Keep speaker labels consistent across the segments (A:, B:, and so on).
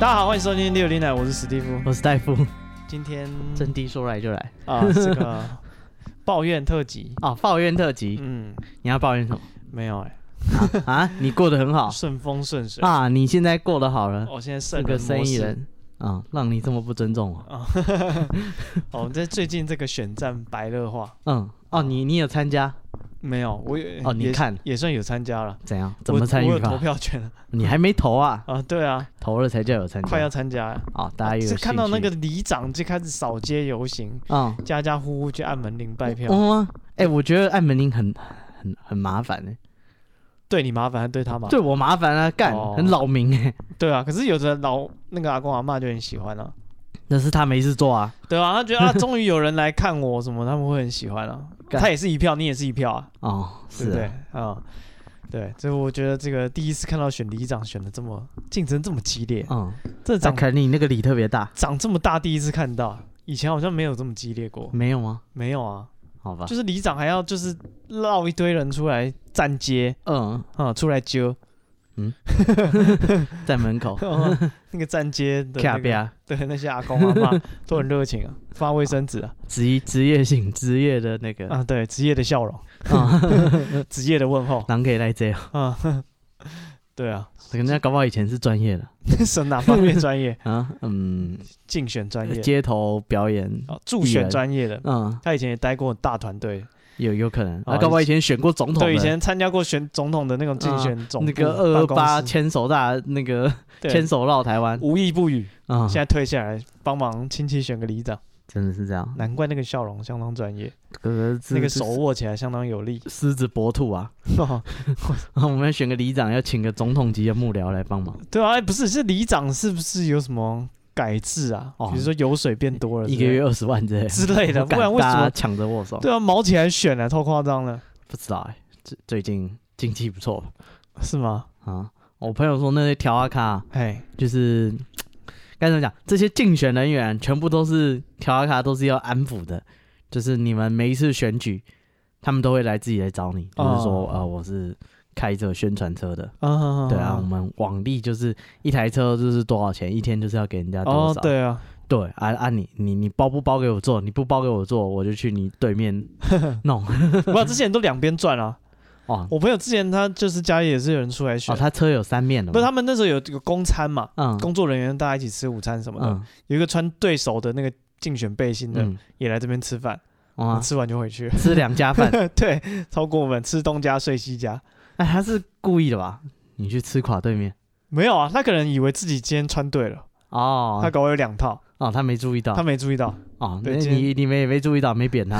A: 大家好，欢迎收听六零奶，我是史蒂夫。
B: 我是戴夫，
A: 今天
B: 真谛说来就来
A: 啊， 这个抱怨特辑，
B: 哦，抱怨特辑，
A: 嗯，
B: 你要抱怨什么
A: 没有哎、
B: 啊？你过得很好
A: 顺风顺水。
B: 啊，你现在过得好了，
A: 我、现哦在圣
B: 是
A: 人
B: 个生
A: 模
B: 意
A: 式
B: 人啊，让你这么不尊重我。
A: 啊。哦，这最近这个选战白热化
B: 嗯，哦，你你有参加？
A: 没有？我哎也
B: 哦你
A: 也
B: 看
A: 也算有参加了，
B: 怎样？怎
A: 我
B: 么参
A: 我
B: 与
A: 有投
B: 法？
A: 票权了
B: 你还没投啊？
A: 啊，对啊，
B: 投了才叫有参加。
A: 快要参加了。啊
B: 哦，大家有
A: 是
B: 兴
A: 看到那
B: 趣
A: 个里长就开始扫街游行，
B: 嗯，
A: 家家户户去按门铃拜票，
B: 哦，哎，我觉得按门铃很很很麻烦哎，
A: 对你麻烦还对他麻烦。
B: 对我麻烦啊，干
A: 哦
B: 很扰民哎，
A: 对啊，可是有的老那个阿公阿嬷就很喜欢啊。
B: 那是他没事做啊。
A: 对啊，他觉得啊，终于有人来看我什么，他们会很喜欢啊。
B: 干
A: 他也是一票，你也是一票啊，
B: 哦，
A: 对
B: 是
A: 不对
B: 啊，？
A: 啊、对，所以我觉得这个第一次看到选里长选的这么竞争这么激烈，
B: 嗯，
A: 这
B: 那
A: 长
B: 肯定你那个理特别大，
A: 长这么大第一次看到，以前好像没有这么激烈过，
B: 没有吗？
A: 没有啊，
B: 好吧
A: 就，是里长还要就是绕一堆人出来站街
B: 嗯，
A: 啊、出来 揪、
B: 在 门口
A: 那个站街的、
B: 卡
A: 那
B: 比
A: 个，
B: 啊，
A: 对那些阿公阿嬷都很热情啊，发卫生纸 啊，
B: 职职业性职业的那个，
A: 啊，对，职业的笑容，
B: 啊，
A: 职业的问候
B: 狼可以来这样，
A: 啊， 对啊。
B: 人家搞不好以前是 专业的
A: 是哪方面专业？
B: 啊，嗯，
A: 竞选专 业、
B: 街头表演，
A: 哦、助
B: 艺
A: 选
B: 人
A: 专业 的。
B: 嗯，
A: 他以前也待过大团队，
B: 有有可能，
A: 哦
B: 啊，搞不好以前选过总统的，
A: 对，以前参加过选总统的那种竞选总部
B: 那个二二
A: 办
B: 八
A: 公室
B: 牵手大那个
A: 对
B: 牵手绕台湾
A: 无意不 语，
B: 啊
A: 现，在退下来帮忙亲戚选个里长，
B: 真的是这样，
A: 难怪那个笑容相当专业，
B: 可是这
A: 那个手握起来相当有力。
B: 狮子搏兔啊， 我们要选个里长，要请个总统级的幕僚来帮忙，
A: 对啊，哎不是，是里长是不是有什么改制啊？
B: 哦
A: 比如说油水变多了之
B: 一
A: 类
B: 个
A: 的，
B: 月二十万之类的。
A: 之 类的，不
B: 敢
A: 然为什
B: 大家
A: 么？
B: 抢着握手？
A: 对啊，毛起来选啊，超夸张了，
B: 不知道哎，最最近经济不错，
A: 是吗？
B: 啊，我朋友说那些调阿卡
A: 哎，
B: 就是该怎么讲，这些竞选人员全部都是调阿卡，都是要安抚的，就是你们每一次选举，他们都会来自己来找你，就是说、
A: 哦
B: 呃我是开着宣传车的。
A: 啊
B: 对啊，我，们往例就是一台车就是多少钱，一天就是要给人家多
A: 哦
B: 少。，
A: 对 啊，
B: 对，啊啊你你你包不包给我做？你不包给我做，我就去你 对面弄。
A: 不，之前都两边转啊。
B: 哦
A: 我朋友之前他就是家里也是有人出来选，
B: 哦，他车有三面的
A: 不是
B: 吗，
A: 他们那时候有有公餐嘛，
B: 嗯
A: 工作人员大家一起吃午餐什么的，
B: 嗯
A: 有一个穿对手的那个竞选背心的、
B: 嗯，
A: 也来这边吃饭，
B: 哇，
A: 吃完就回去。
B: 吃两家饭，
A: 对，超过我们吃东家睡西家。
B: 哎，他是故意的吧？你去吃垮对面
A: 没有啊，他可能以为自己今天穿对了，
B: 哦，
A: 他搞我有两套，
B: 哦，他没注意到
A: 他没注意到。
B: 哦，那
A: 对今天
B: 你你们也没注意到，没 扁他，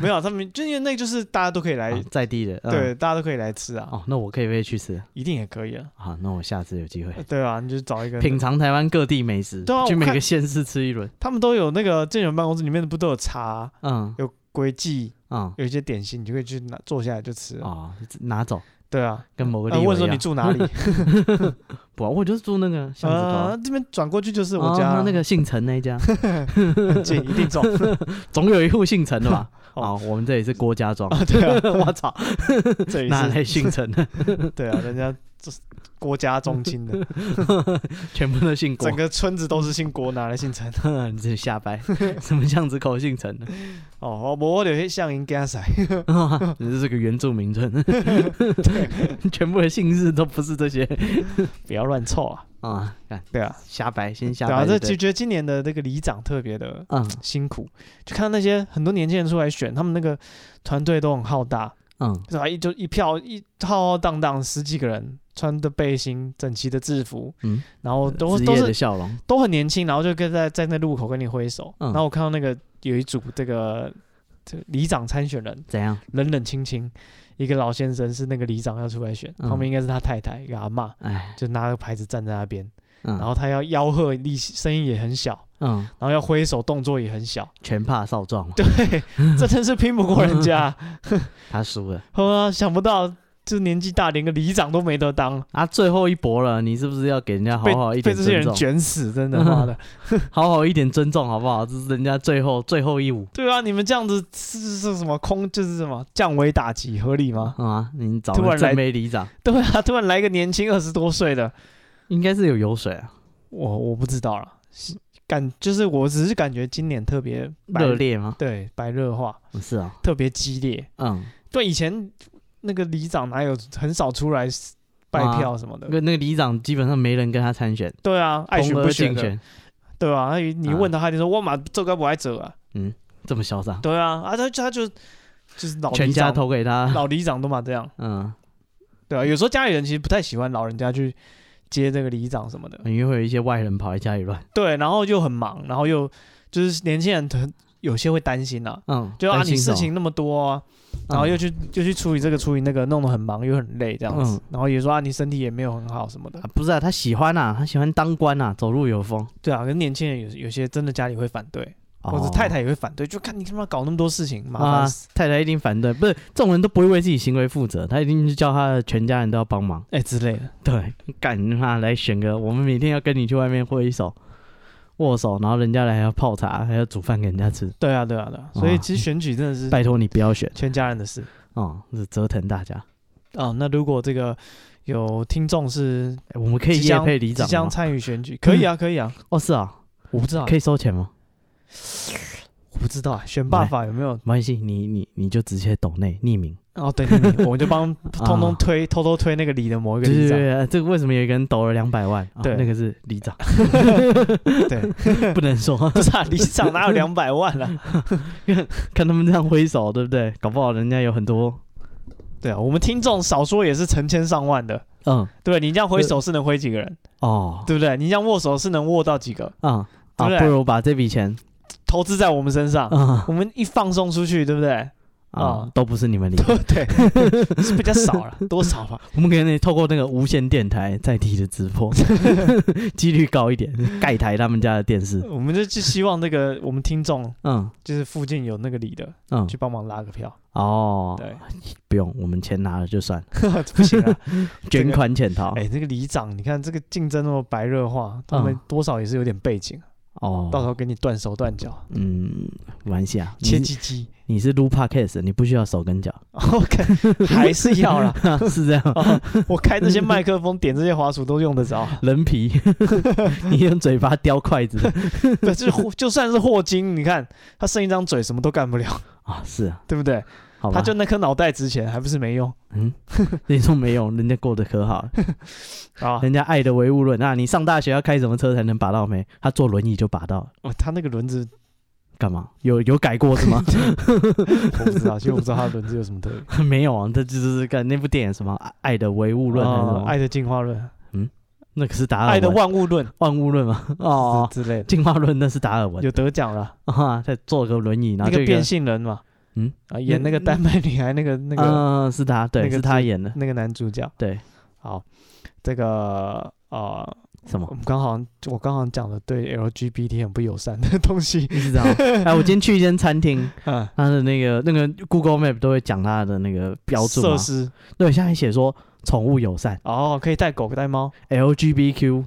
A: 没有啊，他们就因为那个就是大家都可以来，
B: 哦在地的，嗯
A: 对，大家都可以来吃啊，
B: 哦，那我可以不可以去吃？
A: 一定也可以啊。
B: 好，那我下次有机会
A: 对啊，你就找一个
B: 品尝台湾各地美食，
A: 对啊
B: 去
A: 我
B: 每
A: 看
B: 个县市吃一轮。
A: 他们都有那个竞选办公室里面不都有茶、
B: 嗯
A: 有规矩。
B: 嗯
A: 有一些点心，你就可以去拿坐下来就吃了。
B: 哦，拿走
A: 对啊，
B: 跟某个
A: 呃
B: 地
A: 问说你住哪里？
B: 不，啊我就是住那个巷子口
A: 呃
B: 啊。，
A: 这边转过去就是我
B: 哦
A: 家
B: 那
A: 啊，
B: 那个姓陈那一家，
A: 很近，一定中
B: 总有一户姓陈的吧？
A: 哦
B: 哦，我们这里是郭 家庄，
A: 啊！对啊，
B: 我 操，
A: 这里
B: 哪
A: 是，
B: 来姓陈的？
A: 对啊，人家这是郭家中亲的，
B: 全部都姓郭
A: 整，个村子都是姓郭，哪来姓 陈？
B: 你这瞎掰，什么巷子口姓陈的？
A: 哦，我我有些像应该塞，
B: 你 这是个原住民村， 全部的姓氏都不是这些
A: 不要乱凑啊！
B: 啊！看
A: 对啊，
B: 瞎掰，先瞎
A: 对
B: 掰
A: 啊，
B: 就
A: 这
B: 对
A: 就觉得今年的那个里长特别的
B: 嗯
A: 辛苦，就看到那些很多年轻人出来选，他们那个团队都很浩大，
B: 嗯，
A: 对吧？一就一票一浩浩荡荡十几个人，穿的背心，整齐的制服，
B: 嗯
A: 然后都
B: 职
A: 都
B: 业的
A: 是
B: 笑容，
A: 都很年轻，然后就跟在在那路口跟你挥手。
B: 嗯
A: 然后我看到那个有一组这个这个里长参选人，
B: 怎样？
A: 冷冷清清，一个老先生是那个里长要出来选，
B: 嗯
A: 旁边应该是他太太一个阿嬷，
B: 哎，
A: 就拿个牌子站在那边，
B: 嗯，
A: 然后他要吆喝，力气声音也很小，
B: 嗯，
A: 然后要挥手，动作也很小，
B: 全怕少壮嘛，
A: 对， 真的是拼不过人家。
B: 他输了
A: 啊，想不到这年纪大，连个里长都没得当，
B: 啊，最后一搏了，你是不是要给人家好
A: 被
B: 好一
A: 被
B: 点
A: 这些
B: 尊
A: 人
B: 重？
A: 卷死，真的 妈的。
B: 好好一点尊重好不好？这是人家最后最后一舞。
A: 对啊，你们这样子是是是什么空，就是什么降维打击，合理 吗？
B: 嗯啊，你找
A: 突然
B: 了
A: 来
B: 正妹里长，
A: 对啊，突然来个年轻二十多岁的，
B: 应该是有油水啊，
A: 我我不知道了，是感就是我只是感觉今年特别白
B: 热，烈吗？
A: 对，白热化
B: 不是啊，
A: 特别激烈。
B: 嗯，
A: 对，以前那个里长哪有很少出来拜票什么的
B: 那？个那个里长基本上没人跟他参选，
A: 对啊，爱选
B: 同
A: 不
B: 额
A: 选
B: 竞
A: 的，
B: 选，
A: 对啊，那你
B: 啊
A: 问他，他就说我嘛这个不爱走啊，
B: 这么嚣张，
A: 对啊，啊他就他就就是老
B: 全
A: 里
B: 家
A: 长，
B: 投给他，
A: 老里长都嘛这样，
B: 嗯，
A: 对啊，有时候家里人其实不太喜欢老人家去接这个里长什么的，
B: 因为会有一些外人跑来家里乱，
A: 对，然后又很忙，然后又就是年轻人很有些会担心啊，
B: 嗯，
A: 就啊
B: 担
A: 你
B: 心什
A: 事
B: 么
A: 情，那么多啊，然后又去又去处理这个处理那个，弄得很忙又很累这样子
B: 嗯，
A: 然后也说啊你身体也没有很好什么的
B: 啊，不是啊，他喜欢啊，他喜欢当官啊，走路有风，
A: 对啊，跟年轻人有有些真的家里会反对，或者
B: 哦
A: 太太也会反对，就看你他妈搞那么多事情，麻
B: 啊
A: 烦死，，
B: 太太一定反对，不是这种人都不会为自己行为负责，他一定是叫他的全家人都要帮忙。
A: 哎之类的，
B: 对，干你妈来选个，我们每天要跟你去外面挥手、握手，然后人家来还要泡茶，还要煮饭给人家吃，
A: 对啊对啊对啊，所以
B: 哇
A: 其实选举真的是
B: 拜托你不要选
A: 全家人的事
B: 哦，是折腾大家。
A: 啊。那如果这个有听众是
B: 哎我们可以
A: 即
B: 夜
A: 将
B: 配里
A: 即
B: 长
A: 将
B: 吗
A: 参与选举，可以啊可以啊，
B: 哦，是啊，
A: 我不知道
B: 可，以收钱吗？
A: 我不知道啊选办法有没有
B: 没关系，你你你就直接抖内匿名。
A: 哦，对，匿 名我们就
B: 啊
A: 帮通通推，偷偷推那个里的某一个
B: 对
A: 里
B: 对
A: 长，
B: 对，呃这个为什么有一个人抖了两百万？啊
A: 对
B: 那个是里长，
A: 对，
B: 不能说。
A: 不是啊，里长哪有两百万啊？
B: 看他们这样挥手，对不对？搞不好人家有很多，
A: 对啊，我们听众少说也是成千上万的，
B: 嗯，
A: 对你这样挥手是能挥几个人，
B: 哦，
A: 对不对？你这样握手是能握到几个？
B: 嗯，
A: 对不对
B: 啊，不如把这笔钱，
A: 投资在我们身上，
B: 啊
A: 我们一放送出去，对不对？
B: 啊，都不是你们领的，
A: 对 对，是比较少了，多少吧？
B: 我们可能透过那个无线电台在地的直播， 几率高一点，盖台他们家的电视，
A: 我们就就希望那个我们听众
B: 嗯
A: 就是附近有那个里的，
B: 嗯
A: 去，帮忙拉个票。
B: 哦，
A: 对，
B: 不用，我们钱拿了就算了，
A: 不行 啊，这
B: 捐
A: 个
B: 款潜逃
A: 哎，，那个里长，你看这个竞争那么白热化，他们
B: 嗯
A: 多少也是有点背景。到时
B: 哦，
A: 候给你断手断脚，
B: 嗯，玩下，
A: 切
B: 你
A: 鸡鸡。
B: 你是撸 podcast，你不需要手跟脚，啊
A: 我看 还是要 啦，
B: 是这样，
A: 哦我开这些麦克风，点这些滑鼠都用得 着。
B: 人皮，你用嘴巴叼筷子
A: 对，就是霍就算是霍金，你看他剩一张嘴，什么都干不了，
B: 啊，是啊，
A: 对不对？
B: 好吧，
A: 他就那颗脑袋值钱，还不是没用
B: 嗯， 你说没有，人家过得可好了，
A: 啊？
B: 人家爱的唯物论啊，你上大学要开什么车才能拔到没？他坐轮椅就拔到了，
A: 哦他那个轮 子，
B: 干嘛？有有改过 是吗？
A: 我不知道，其实我不知道他的轮子有什么特别。
B: 没有啊，这就是干那部电影什么《爱的唯物论》还是什
A: 哦
B: 么？
A: 爱的进化论，
B: 那可是达尔文
A: 爱的万物论
B: 万物论嘛？哦，
A: 之类的，
B: 进化论那是达尔文
A: 有得奖了。
B: 啊，他坐个轮椅，然
A: 那
B: 后就
A: 个
B: 有一个
A: 变性人嘛，
B: 嗯
A: 啊，演那个丹麦女孩那个那个
B: 嗯，是他，对，
A: 那个
B: 是他
A: 字
B: 演的，
A: 那个男主角。
B: 对，
A: 好，这个呃，
B: 什
A: 我
B: 么？
A: 们刚好我刚好讲的对 LGBT 很不友善的东西，
B: 你 知道吗？哎，我今天去一间餐厅，
A: 嗯，
B: 他的那个那个 Google Map 都会讲他的那个标注嘛
A: 设，施
B: 对，下面写说宠物友善。
A: 哦，可以带狗带猫，
B: LGBTQ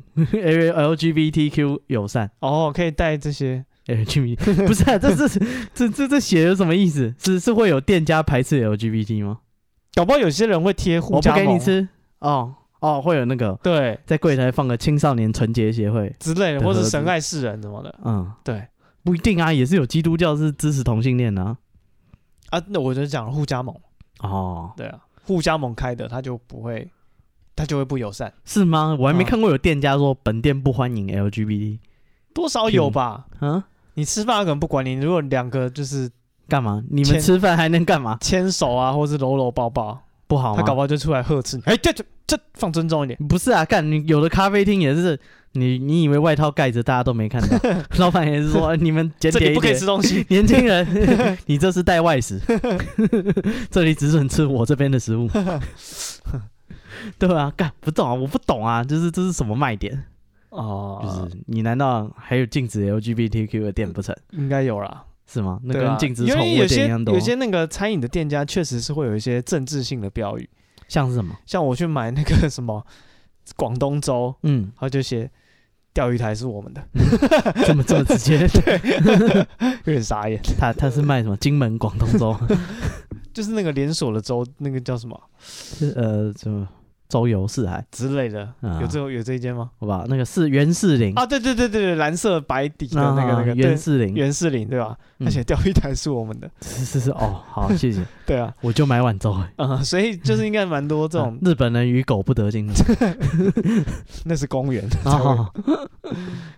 B: LGBTQ 友善
A: 哦，可以带这些，
B: LGBT 不是、啊、这这这这这写有什么意思？是是会有店家排斥 LGBT 吗？
A: 搞不好有些人会贴互
B: 我不
A: 加
B: 给
A: 盟
B: 你，吃哦哦，会有那个
A: 对
B: 在柜台放个青少年纯洁协会，
A: 之类的，
B: 的
A: 或
B: 盒
A: 者
B: 子
A: 神爱世人什么的，
B: 嗯，
A: 对
B: 不一定啊，也是有基督教是支持同性恋的啊、
A: 啊，那我就讲了互加盟，
B: 哦，
A: 对啊，互加盟开的他就不会，他就会不友善，
B: 是吗？我还没
A: 嗯
B: 看过有店家说本店不欢迎 LGBT，
A: 多少有吧？
B: 嗯，
A: 啊你吃饭他可能不管你，如果两个就是
B: 干嘛？你们
A: 签
B: 吃饭还能干嘛？
A: 牵手啊，或是搂搂抱抱，
B: 不好啊
A: 他搞
B: 吗？
A: 不好就出来呵斥你。哎，这这这放尊重一点，
B: 不是啊，干你有的咖啡厅也是，你你以为外套盖着大家都没看 到，老板也是说哎你们检
A: 这
B: 点
A: 里
B: 一
A: 不可以
B: 点。
A: 吃，东西
B: 年轻人， 你这是带外食， 这里只准吃我这边 的食物。对啊，干不懂啊，我不懂啊，就是这是什么卖点？
A: 哦
B: 就是你难道还有禁止 LGBTQ 的店不成？
A: 应该有啦，
B: 是吗？那
A: 对啊
B: 跟禁止
A: 因
B: 宠
A: 为
B: 物
A: 有
B: 的店
A: 些
B: 一样多
A: 有。些那个餐饮的店家确实是会有一些政治性的标语，
B: 像是什么？
A: 像我去买那个什么广东粥，
B: 嗯，
A: 他就写钓鱼台是我们的，
B: 这么这么直接？
A: 有点傻眼。
B: 他他是卖什么？金门广东 粥，
A: 就是那个连锁的粥，那个叫什
B: 啊
A: 么
B: 是呃，什么周游四海？
A: 之类的，
B: 啊
A: 有这有这一间吗？
B: 好吧，那个是袁世林
A: 啊，对对对对对，蓝色白底的那个那个对
B: 啊袁世林，
A: 袁世林对吧？
B: 嗯
A: 而且钓鱼台是我们的，
B: 是是是哦，好，谢谢，
A: 对啊，
B: 我就买碗粥。哎
A: 嗯， 所以就是应该蛮多这
B: 啊
A: 种，
B: 日本人与狗不得进入。
A: 那是公园，
B: 哦，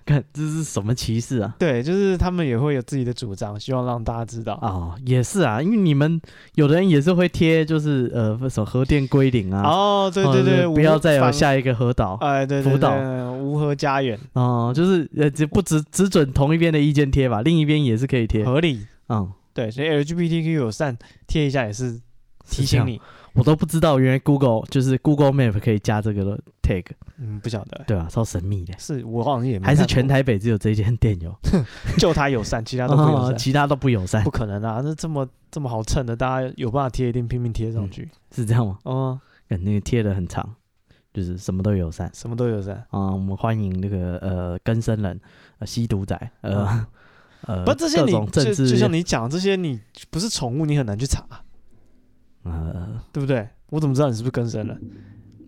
B: 看这是什么歧视啊？
A: 对，就是他们也会有自己的主张，希望让大家知道。
B: 哦，也是啊，因为你们有的人也是会贴，就是呃，什么核电归零啊，
A: 哦，对
B: 或
A: 对
B: 者是
A: 对，
B: 不要再有
A: 反，
B: 下一个核岛
A: 哎，对
B: 福
A: 对
B: 岛
A: 对，无核家园
B: 哦，就是呃，只不只只准同一边的意见贴吧，另一边也是可以贴。
A: 合理，
B: 嗯，
A: 对，所以 LGBTQ 友善贴一下也是提
B: 是这
A: 醒
B: 样，
A: 你，
B: 我都不知道原来 Google 就是 Google Map 可以加这个 tag，
A: 嗯，不晓得，
B: 对啊，超神秘的。
A: 是我好像也没
B: 还是
A: 看过
B: 全台北只有这一间店有，
A: 就他友善，其他都不友
B: 哦
A: 善，
B: 其他都不友善
A: 不，可能啊！那这么这么好蹭的，大家有办法贴一定拼命贴上去
B: 是这样吗？
A: 哦，
B: 感觉贴的很长，就是什么都友善。
A: 什么都友善。
B: 啊、我们欢迎那个呃更生人、呃吸毒仔、呃
A: 嗯、
B: 呃
A: 不，这些
B: 各
A: 你
B: 种
A: 就
B: 政
A: 就像
B: 治
A: 你讲这些，你不是宠物，你很难去查，
B: 呃，
A: 对不对？我怎么知道你是不是更生了？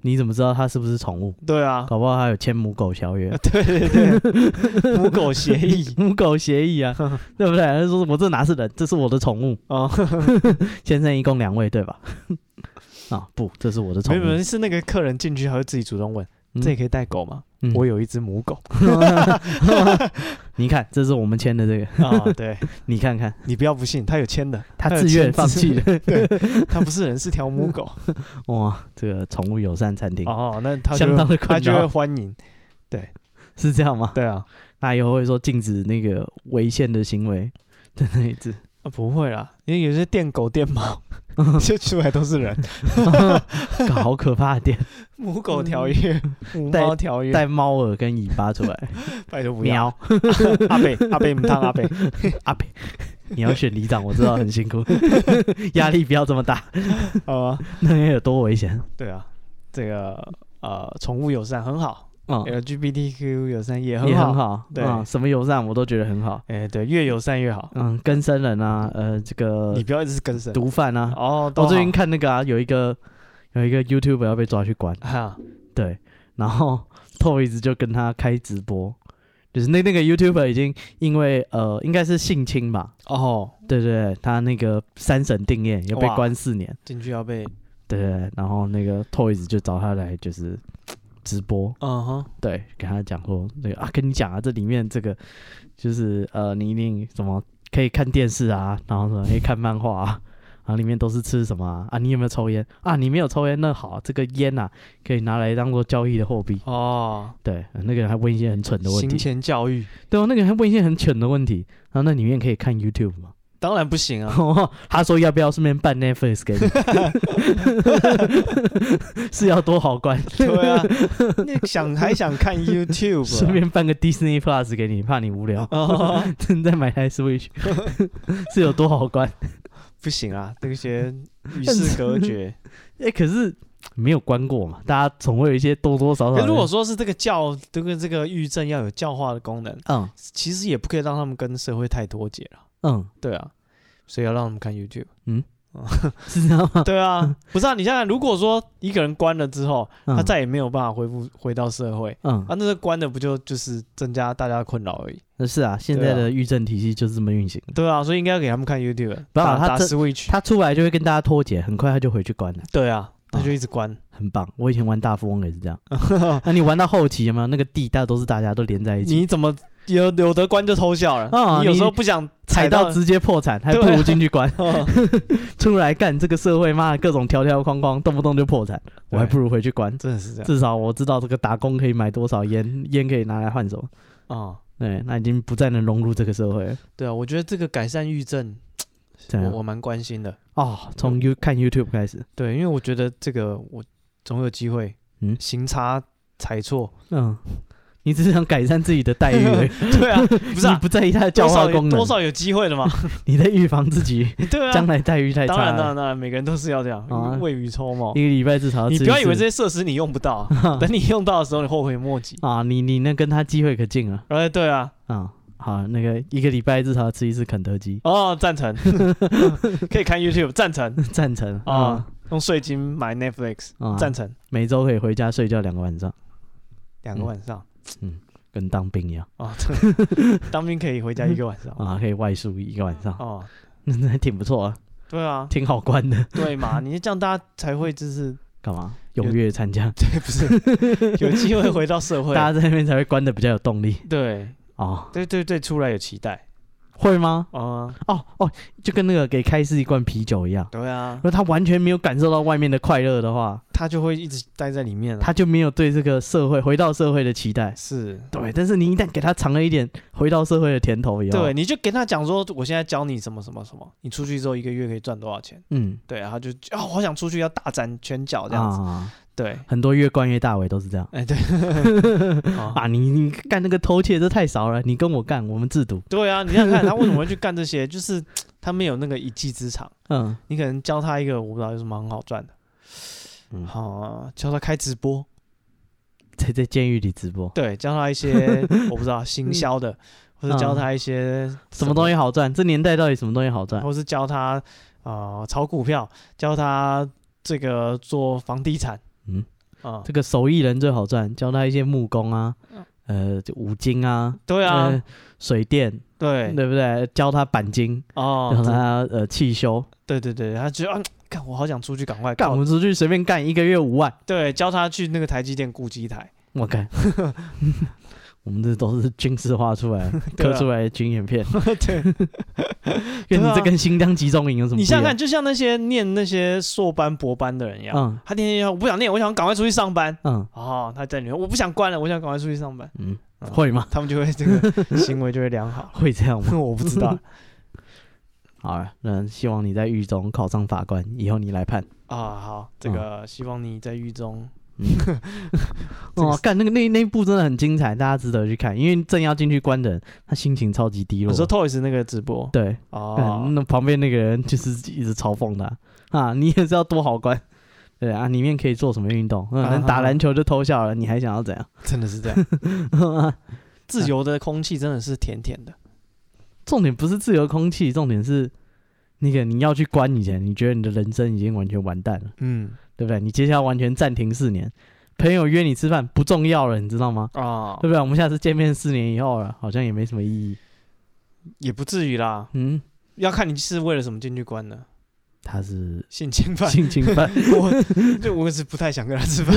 B: 你怎么知道他是不是宠物？
A: 对啊，
B: 搞不好他有签母狗 条约
A: 啊、对对对， 母狗协议
B: 母狗 协议啊，对不对？他说我这哪是人，这是我的宠物，
A: 哦，
B: 先生一共两位对吧？ 啊不，这是我的宠
A: 没
B: 物
A: 有，没有，是那个客人进去，他会自己主动问，
B: 嗯
A: 这也可以带狗吗？
B: 嗯
A: 我有一只母狗
B: 你看，这是我们签的这个，
A: 啊，对
B: 你看看，
A: 你不要不信，他有签的，
B: 他
A: 有
B: 自
A: 签
B: 愿放弃， 的，
A: 他不是人，是条 母狗
B: 哇，这个宠物友善餐厅、
A: 哦，那他就
B: 相当的
A: 他
B: 困
A: 就会
B: 扰，
A: 欢迎，
B: 是这样吗？
A: 对啊，
B: 那以后会说禁止那个违宪的行 为的那一只，
A: 啊，不会啦，因为有些电狗、电 猫，就出来都是人。
B: 搞好可怕的点，
A: 母狗条约、母
B: 嗯带
A: 猫条约，
B: 带猫耳跟尾巴出来，
A: 拜托不要。
B: 喵
A: 阿 贝，阿贝，母汤阿贝，
B: 阿北，你要选里长，我知道很辛苦， 压力不要这么大，
A: 好吧？
B: 那也有多危险
A: 哦对啊，这个呃，宠物友善很好
B: 啊，
A: ，LGBTQ 友善哦也
B: 嗯也
A: 很
B: 很
A: 好。
B: 好，
A: 对
B: 啊，什么友善我都觉得很好，
A: 哎，对，越友善越好。
B: 嗯，更生人啊，呃，这个
A: 你不要一直跟生。
B: 毒贩啊，
A: 哦，都
B: 我最
A: 好
B: 近看那个啊，有一个有一个 YouTube 要被抓去关，
A: 啊，
B: 对，然后 Toys 就跟他开直播，就是那那个 YouTuber 已经因为呃应该是性侵吧，
A: 哦，
B: 对对对，他那个三审定谳要被
A: 哇
B: 关四年，
A: 进去要被，
B: 对对对，然后那个 Toys 就找他来就是直播，
A: 嗯哼，
B: 对，给他讲说那个啊跟你讲啊，这里面这个就是呃你一定什么可以看电视啊，然后什么可以看漫画啊。然后里面都是吃什么啊？啊你有没有抽烟啊？你没有抽烟，那好，这个烟呐、啊，可以拿来当做交易的货币。
A: 哦，
B: 对，那个人还问一些很蠢的问
A: 行
B: 题。
A: 前教育
B: 对哦，那个人还问一些很蠢的问题。然后那里面可以看 YouTube 吗？
A: 当然不行啊。
B: 他说要不要顺便办 Netflix 给你？ 是要多好 关？
A: 对 啊，那想还想看 YouTube，
B: 顺
A: 啊
B: 便办个 Disney Plus 给你，怕你无聊，
A: 哦，
B: 再买台 Switch 是有多好关？
A: 不行啊，这些与世隔 绝。
B: 哎、可是没有关过嘛，大家总会有一些多多少少
A: 可
B: 的。
A: 如果说是这个教，这个这个狱政要有教化的功能，
B: 嗯
A: 其实也不可以让他们跟社会太脱节了。
B: 嗯
A: 对啊，所以要让他们看 YouTube。
B: 是这样吗？
A: 对啊，不是啊，你想想，如果说一个人关了之后，
B: 嗯
A: 他再也没有办法恢复回到社会，
B: 嗯
A: 啊，那个关的不就就是增加大家的困扰而已？
B: 那是啊，现在的预政体系就是这么运行。
A: 对啊，所以应该要给他们看 YouTube，
B: 不要
A: 打
B: 他
A: 打
B: 这
A: Switch。
B: 他出来就会跟大家脱节，很快他就回去关了。
A: 对啊，他就一直关。
B: 很棒。我以前玩大富翁也是 这样，那你玩到后期有没有那个地大都是大家都连在一起，
A: 你怎么有有的关就偷笑了？
B: 啊
A: 你有时候
B: 你
A: 不想
B: 踩
A: 到
B: 到直接破产，还不
A: 对
B: 如
A: 啊
B: 进去关。
A: 哦
B: 出来干这个社会，妈的各种条条框框，动不动就破产，我还不如回去关。
A: 真的是这样
B: 至少我知道这个打工可以买多少烟， 烟可以拿来换手。
A: 啊、
B: 对，那已经不再能融入这个社会了。
A: 对啊，我觉得这个改善抑郁症，
B: 这
A: 我
B: 样
A: 我蛮关心的。
B: 哦，从 You 看 YouTube 开始，
A: 对，因为我觉得这个我总有机会，
B: 嗯
A: 行差踩错。
B: 嗯，你只是想改善自己的待遇而已，
A: 对啊， 不
B: 不
A: 是啊
B: 你，不在意它的教
A: 多
B: 化
A: 少有
B: 功能
A: 多，少有机 会的嘛。
B: 你在预防自己
A: 对
B: 将
A: 啊，
B: 来待遇太
A: 当
B: 差
A: 然当然
B: 了。
A: 当然，每个人都是要这样
B: 啊，
A: 未雨绸缪
B: 一。个礼拜至少要
A: 你
B: 吃
A: 不
B: 一
A: 要以为
B: 次
A: 这些设施你用不 到，等你用到的时候你后悔莫及。
B: 啊，你你那跟他机会可近了
A: 哎，对啊，
B: 啊。好，那个一个礼拜至少要吃一次肯德基，
A: 哦，赞成，可以看 YouTube，赞成
B: 赞成
A: 啊
B: 啊，
A: 用税金买 Netflix，
B: 啊！
A: 赞成
B: 每周可以回家睡觉两个晚上，嗯
A: 两个晚上
B: 跟当兵一样
A: 啊，这当兵可以回家一个晚上
B: 啊，可以外宿一个晚上，
A: 哦，
B: 那 那还挺不错啊，
A: 对啊，
B: 挺好关的。
A: 对嘛，你这样大家才会就是
B: 干嘛？
A: 有
B: 踊跃参加，
A: 对， 不是有机会回到社会，
B: 大家在那边才会关的比较有动力
A: 对
B: 哦。
A: 对对对，出来有期待
B: 会吗？
A: 啊，
B: 哦哦，就跟那个给开司一罐啤酒一样，
A: 对啊
B: 如，果他完全没有感受到外面的快乐的话，
A: 他就会一直待在里面啊，
B: 他就没有对这个社会回到社会的期待。
A: 是。
B: 对，但是你一旦给他尝了一点回到社会的甜头以后，
A: 对，，你就跟他讲说，我现在教你什么什么什么，你出去之后一个月可以赚多少钱？
B: 嗯，
A: 对，然后就啊、我好想出去要大展拳脚这样子。
B: 啊，
A: 对，
B: 很多越关越大尾都是这样
A: 哎对， 啊，
B: 啊。你你干那个偷窃这太少了，你跟我干，我们制度，
A: 对啊，你想想看，他为什么会去干这些？ 就是他没有那个一技之长，
B: 嗯，
A: 你可能教他一个，我不知道有什么很好赚的，
B: 嗯
A: 好、教他开直播，
B: 在在监狱里直播，
A: 对，教他一 些我不知道行销的，或者教他一些
B: 什么东西好赚？这年代到底什么东西好赚？
A: 或是教他啊、呃炒股票，教他这个做房地产，
B: 嗯
A: 啊、
B: 这个手艺人最好赚，教他一些木工啊，呃，就五金啊，
A: 对啊，
B: 呃水电，
A: 对
B: 对不对？教他钣金，
A: 哦，
B: 教
A: 这
B: 他呃汽修。
A: 对对对，他觉得啊，看我好想出去，赶快
B: 干，我
A: 靠
B: 们出去随便干，一个月五万，
A: 对，教他去那个台积电雇机 台，
B: 我干。我们这都是军事化 出来、
A: 对啊
B: 刻出来的军演片，
A: 对，
B: 跟你
A: 对啊
B: 这跟新疆集中营有什么不
A: 你
B: 一
A: 想
B: 样？
A: 想看，就像那些念那些硕班、博班的人一样，
B: 嗯
A: 他天天要我不想念，我想赶快出去上班。
B: 嗯
A: 哦，他在里面，我不想关了，我想赶快出去上班，
B: 嗯，
A: 嗯
B: 会吗？
A: 他们就会这个 行为就会良好。
B: 会这样吗？
A: 我不知道
B: 好了，那希望你在狱中考上法官，以后你来判。
A: 啊，好，这个
B: 嗯
A: 希望你在狱中这个
B: 哦，干那个那那一部真的很精彩，大家值得去看，因为正要进去关的人，他心情超级低
A: 我
B: 落。
A: 说 Toys 那个直播
B: 对，
A: 哦
B: 干，那旁边那个人就是一直嘲讽他啊，你也是要多好关。对啊，里面可以做什么运动？嗯，
A: 啊哈
B: 能打篮球就偷笑了，你还想要怎样？
A: 真的是这样， 自由的空气真的是甜甜的。
B: 重点不是自由空气，重点是那个你要去关以前，你觉得你的人生已经完全完蛋了，
A: 嗯
B: 对不对？你接下来完全暂停四年，朋友约你吃饭不重要了，你知道吗？
A: 啊
B: 对，不对？我们下次见面四年以后了，好像也没什么意义。
A: 也不至于啦，
B: 嗯，
A: 要看你是为了什么进去关的。
B: 他是
A: 性侵犯，
B: 性侵 犯，
A: 我就我是不太想跟他吃饭。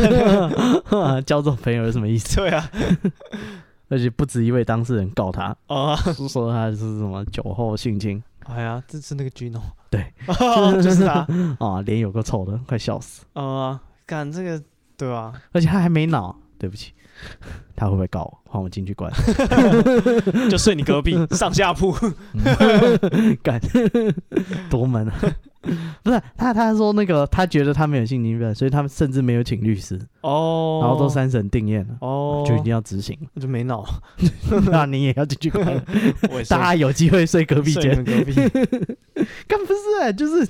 B: 交这种朋友有什么意思？
A: 对啊，
B: 而且不止一位当事人告他，
A: 哦，
B: 说他是什么酒后性侵
A: 哎呀，这是那个 Gino，
B: 对，
A: 哦、 就是他，
B: 啊，脸有个臭的，快笑死！
A: 啊，干这个，对啊吧、
B: 而且他还没脑，对不起，他会不会告我？换我进 去关，
A: 就睡你 隔壁上下铺，
B: 嗯干，多闷啊！不是他，他说那个他觉得他没有性侵犯，所以他们甚至没有请律师，
A: 哦，
B: 然后都，三审定谳了。
A: 哦，
B: 就一定要执行，
A: 就没闹，
B: 那你也要进去关。
A: 我 也是
B: 大家有机会睡隔壁
A: 睡你
B: 间，
A: 们隔壁，
B: 干不是、啊，就是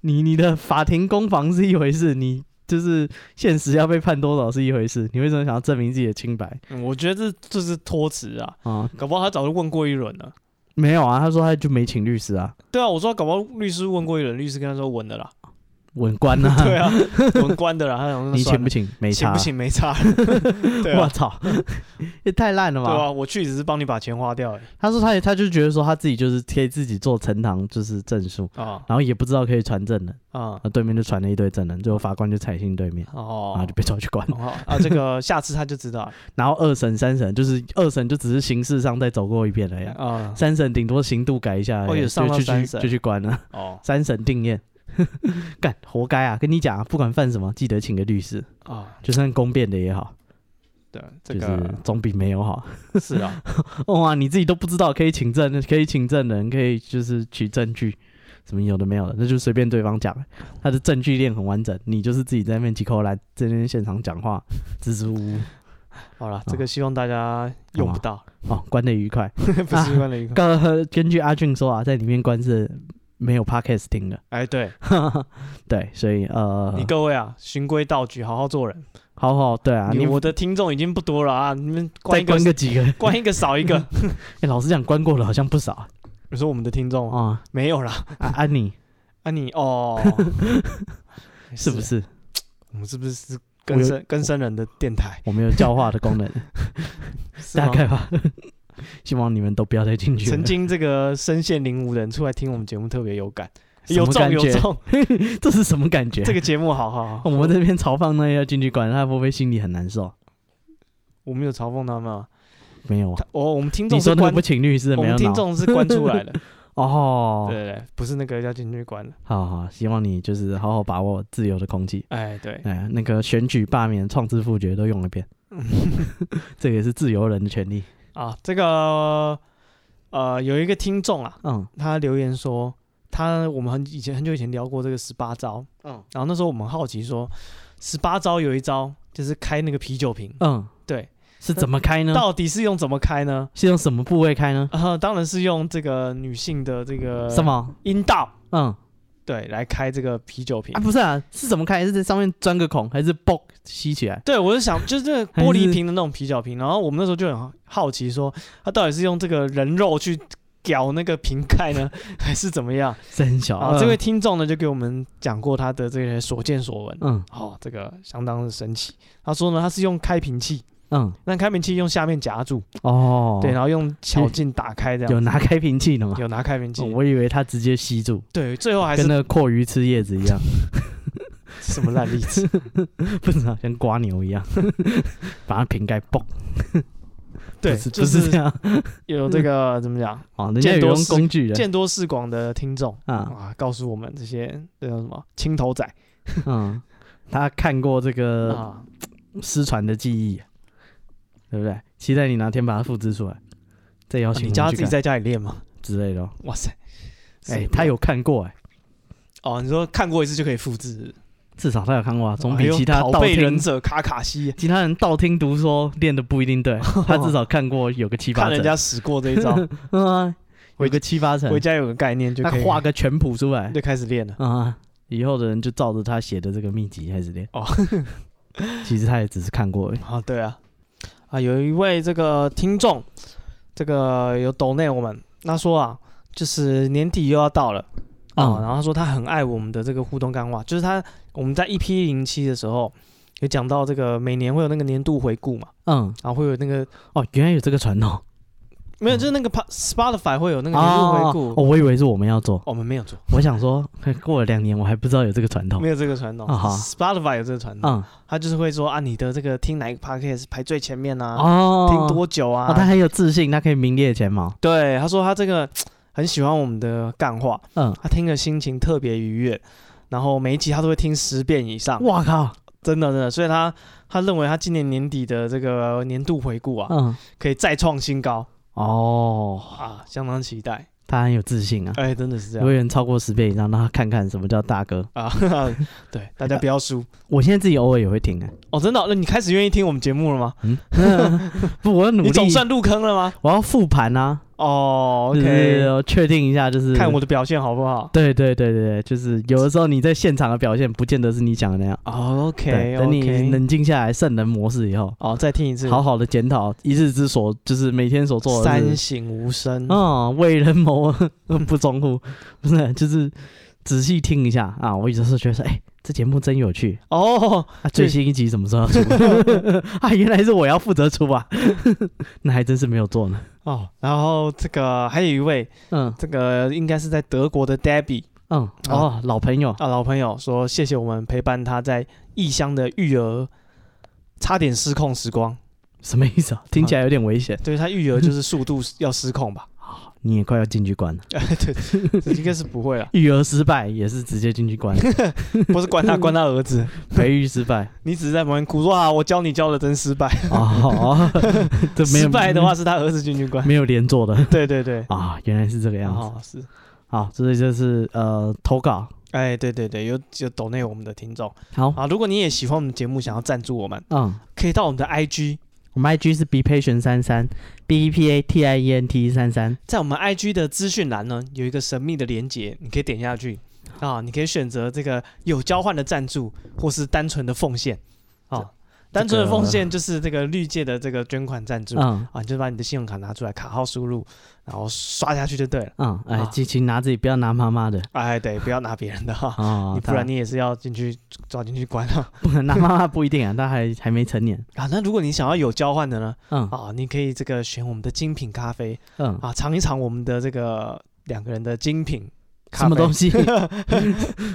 B: 你你的法庭攻防是一回事，你就是现实要被判多少是一回事，你为什么想要证明自己的清白
A: 嗯我觉得这这是托词啊，
B: 啊？
A: 搞不好他早就问过一轮了。
B: 没有啊，他说他就没请律师啊，
A: 对啊，我说搞不好律师问过一轮，律师跟他说稳的啦，
B: 文官呐、
A: 对啊，文官的啦，他想说
B: 嗯你
A: 算
B: 请
A: 了
B: 不请？没
A: 请
B: 差啊
A: 不，请没差， 对
B: 我
A: 啊，
B: 操， 也太烂了
A: 对
B: 吧！
A: 啊，我去只是帮你把钱花掉而已
B: 他说他也他就觉得说他自己就是可以自己做呈堂就是证书，
A: 啊
B: 然后也不知道可以传证人，
A: 啊
B: 然后对面就传了一堆证人，最后法官就采信对面，然后
A: 哦
B: 就被抓去关。
A: 哦啊，这 个下次他就知道了
B: 然后二审三审就是二审就只是形式上再走过一遍而已啊，
A: 啊
B: 三审顶多刑度改一下而已啊，
A: 哦有上到
B: 就就
A: 三
B: 去
A: 审
B: 就去关了，
A: 哦
B: 三审定谳， 干活该啊！跟你讲啊，不管犯什么，记得请个律师，
A: 啊，
B: 就算公辩的也好，
A: 对，这
B: 就是
A: 个
B: 总比没有好。
A: 是啊，
B: 哇，你自己都不知道，可以请证，可以请证人，可以就是取证据，什么有的没有的，那就随便对方讲。他的证据链很完整，你就是自己在那边几口来，在那边现场讲话，支支吾吾，
A: 好了，这个希望大家用不到，
B: 哦，关的愉快。
A: 不是关了一个，
B: 刚根据阿俊说啊，在里面关是没有 podcast 听的，
A: 哎，对
B: 对，所以呃
A: 你，各位啊，循规蹈矩，好好做人。
B: 好好对啊，
A: 你
B: 你
A: 我的听众已经不多了啊，你们关
B: 再
A: 一个
B: 关个 几个，哎、
A: 关一个少一 个。
B: 老实讲，关过了好像不少啊
A: 你说我们的听众啊，
B: 啊。
A: 没有啦，
B: 安、安妮
A: 啊你哦，
B: 是不？是？
A: 我们是不是是
B: 我
A: 跟
B: 有
A: 生跟生人的电 台？
B: 我们有教化的功能，
A: 是
B: 大
A: 吗
B: 概吧。 希望你们都不要再进去了。
A: 曾经这个身陷囹圄的人出来听我们节目特别有感，
B: 什么
A: 有中
B: 感
A: 有
B: 觉
A: 中，
B: 这是什么感觉？
A: 这个节目好好好。
B: 我们这边嘲讽那要进去管他，会不会心里很难受？
A: 我没有嘲讽他们啊，
B: 没有啊
A: 他，哦，我们听众
B: 你
A: 是
B: 说那个
A: 关
B: 不，请律师
A: 我
B: 没有
A: 们听
B: 脑
A: 众是关出来的，
B: 哦
A: 对。对对，不是那个要进去关的。
B: 好好，希望你就是好好把握自由的空气。
A: 哎，对，
B: 哎，那个选举、罢免、创制复决都用 一遍，这也是自由人的权利。
A: 啊，这个呃，有一个听众啊，
B: 嗯
A: 他留言说，他我们很以前很久以前聊过这个十八招，
B: 嗯
A: 然后那时候我们好奇说，十八招有一招就是开那个啤酒瓶，
B: 嗯，
A: 对，
B: 是怎么开呢？
A: 到底是用怎么开呢？
B: 是用什么部位开呢？
A: 啊、当然是用这个女性的这个
B: 什么？
A: 阴道，
B: 嗯
A: 对，来开这个啤酒瓶。
B: 啊，不是啊，是怎么开？是在上面钻个孔，还是嘣吸起来？
A: 对，我就想，就是这个玻璃瓶的那种啤酒瓶，然后我们那时候就很好奇说，他到底是用这个人肉去屌那个瓶盖呢， 还是怎么样？
B: 是很小
A: 啊，这位听众呢就给我们讲过他的这些所见所闻，
B: 嗯
A: 哦，这个相当的神奇。他说呢，他是用开瓶器，
B: 嗯
A: 那开瓶器用下面夹住，
B: 哦，
A: 对，然后用巧劲打开这样，
B: 有拿开瓶器的吗？
A: 有拿开瓶器，
B: 哦我以为他直接吸住，
A: 对，最后还
B: 跟
A: 是
B: 那个阔鱼吃叶子一样，
A: 什么烂例 子
B: 不知道像刮牛 一样，把它瓶盖嘣。
A: 对，
B: 不是
A: 就
B: 不是这
A: 是
B: 样
A: 有这个怎么讲，
B: 哦，人家有用工具的
A: 见多识广的听众
B: 啊，
A: 啊，告诉我们这些这叫什么青头仔
B: 嗯，他看过这个
A: 啊，
B: 失传的记忆，对不对？期待你哪天把它复制出来，这要
A: 啊
B: 请
A: 你叫
B: 我
A: 他
B: 去
A: 自己
B: 看
A: 在家里练 吗？
B: 之类的哦。
A: 哇塞，
B: 哎
A: 是，
B: 他有看过哎，
A: 哦，你说看过一次就可以复制，
B: 至少他有看过啊，总
A: 哎
B: 比
A: 呦
B: 其他
A: 拷
B: 道
A: 贝忍
B: 听
A: 者卡卡西
B: 其他人道听途说练的不 一定对，他至少看过有个七八
A: 看人
B: 成，
A: 家使过这一招，
B: 嗯啊，有
A: 回
B: 个七八成
A: 回，家有个概念就
B: 他
A: 可以
B: 画个全谱出来，
A: 就开始练了。
B: 啊、以后的人就照着他写的这个秘籍开始练。
A: 哦，
B: 其实他也只是看过而已。
A: 啊，对啊，啊，有一位这个听众，这个有抖内我们，他说啊，就是年底又要到了啊、
B: 嗯
A: 然后他说他很爱我们的这个互动干话，就是他我们在 EP 零七的时候有讲到这个每年会有那个年度回顾嘛，
B: 嗯，
A: 然后会有那个
B: 哦，原来有这个传统。
A: 没有，就是那个 Pa- Spotify 会嗯有那个年度回顾，
B: 哦，我以为是我们要做，
A: 我们没有做，
B: 我想说，过了两年我还不知道有这个传统
A: 没。有这个传统、
B: 啊好
A: s p o t i f y 有这个传统，
B: 嗯，
A: 他就是会说啊，你的这个听哪一个 podcast 排最前面啊，
B: 哦，
A: 听多久啊，
B: 哦，他很有自信，他可以名列前茅。
A: 对，他说他这个很喜欢我们的干话，
B: 嗯，
A: 他听了心情特别愉悦，然后每一集他都会听十遍以上，
B: 哇靠，
A: 真的真的，所以他他认为他今年年底的这个年度回顾啊，
B: 嗯，
A: 可以再创新高
B: 哦，
A: 啊，相当期待，
B: 他很有自信啊。
A: 哎、真的是这
B: 如果
A: 样
B: 有人超过十遍以上，让他看看什么叫大哥。
A: 啊， 哈哈对，哎大家不要输
B: 我现在自己偶尔也会听啊，
A: 哦，真的哦、那你开始愿意听我们节目了吗？
B: 不，我要努
A: 你
B: 力，
A: 总算入坑了吗？
B: 我要复盘啊。
A: 哦
B: 就是
A: ，OK，
B: 要确定一下，就是
A: 看我的表现好不好？
B: 对对对对，对就是有的时候你在现场的表现，不见得是你讲的那样。
A: 哦，OK，
B: 对，等你
A: OK，
B: 冷静下来，圣人模式以后，
A: 哦，再听一次，
B: 好好的检讨一日之所，就是每天所做的
A: 三
B: 事。
A: 省吾身。
B: 嗯，为人谋而不忠乎，不是，就是仔细听一下啊，我一直是觉得说，哎、这节目真有趣。
A: 哦，
B: 啊，最新一集什么时候要出？ 啊，原来是我要负责出啊， 那还真是没有做呢。
A: 哦，然后这个还有一位，
B: 嗯
A: 这个应该是在德国的 Debbie
B: 嗯，哦，老朋友，
A: 啊，老朋友说谢谢我们陪伴他在异乡的育儿，差点失控时光。
B: 什么意思啊？听起来有点危险，
A: 对他育儿就是速度要失控吧？
B: 你也快要进去关了。
A: 对，这应该是不会 了，
B: 育儿失败也是直接进去关，
A: 不是关他关他儿子，
B: 培育失败。
A: 你只是在旁边哭说啊，我教你教的真失败。
B: 哦，这 没有
A: 失败的话是他儿子进去关。
B: 没有连坐的
A: 对对对，
B: 啊，原来是这个样子。
A: 哦是，
B: 好，所以就是呃投稿。
A: 哎对对对，有有抖内我们的听众
B: 好，
A: 啊，如果你也喜欢我们节目，想要赞助我们，
B: 嗯，
A: 可以到我们的 IG，
B: 我们 IG 是 be patient 三三 b e p a t i e n t 三三。
A: 在我们 IG 的资讯栏呢，有一个神秘的连接，你可以点下去啊，你可以选择这个有交换的赞助，或是单纯的奉献啊。单纯的奉献就是这个绿界的这个捐款赞助、
B: 嗯
A: 啊，你就把你的信用卡拿出来，卡号输入，然后刷下去就对了。
B: 嗯，哎
A: 啊，
B: 请请拿自己，不要拿妈妈的
A: 哎，对，不要拿别人的哈、
B: 哦
A: 你不然你也是要进去抓进去关啊。
B: 不 能拿妈妈不一定啊，他还还没成年。
A: 啊，那如果你想要有交换的呢，
B: 嗯
A: 啊，你可以这个选我们的精品咖啡
B: 嗯，
A: 啊，尝一尝我们的这个两个人的精品咖啡。
B: 什么 东西？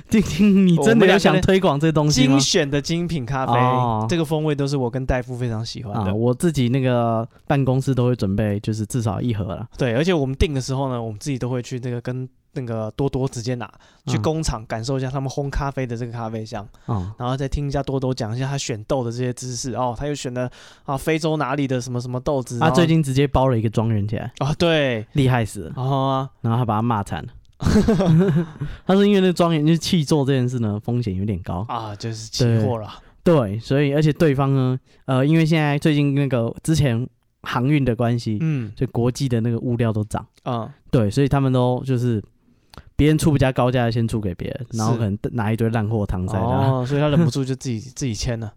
B: 丁丁，你真的有想推广这东西吗
A: 精？选的精品咖啡，
B: 哦
A: 这个风味都是我跟戴夫非常喜欢的。
B: 啊，我自己那个办公室都会准备，就是至少一盒了。
A: 对，而且我们订的时候呢，我们自己都会去这个跟那个多多直接拿去
B: 嗯
A: 工厂感受一下他们烘咖啡的这个咖啡香，
B: 嗯
A: 然后再听一下多多讲一下他选豆的这些知识哦，他又选了啊非洲哪里的什么什么豆子
B: 他
A: 然后
B: 啊最近直接包了一个庄园起来，
A: 啊对，
B: 厉害死了。
A: 然后啊
B: 然后他把他 骂惨了。他说因为那庄园就是弃作这件事呢，风险有点高。
A: 啊就是期
B: 对
A: 货了，
B: 对，所以而且对方呢，呃，因为现在最近那个之前航运的关系，
A: 嗯
B: 所以国际的那个物料都涨。
A: 啊
B: 对，所以他们都就是别人出不加高价，先出给别人，然后
A: 是
B: 可能拿一堆烂货躺在那。哦
A: 哦，所以他忍不住就自己自己签了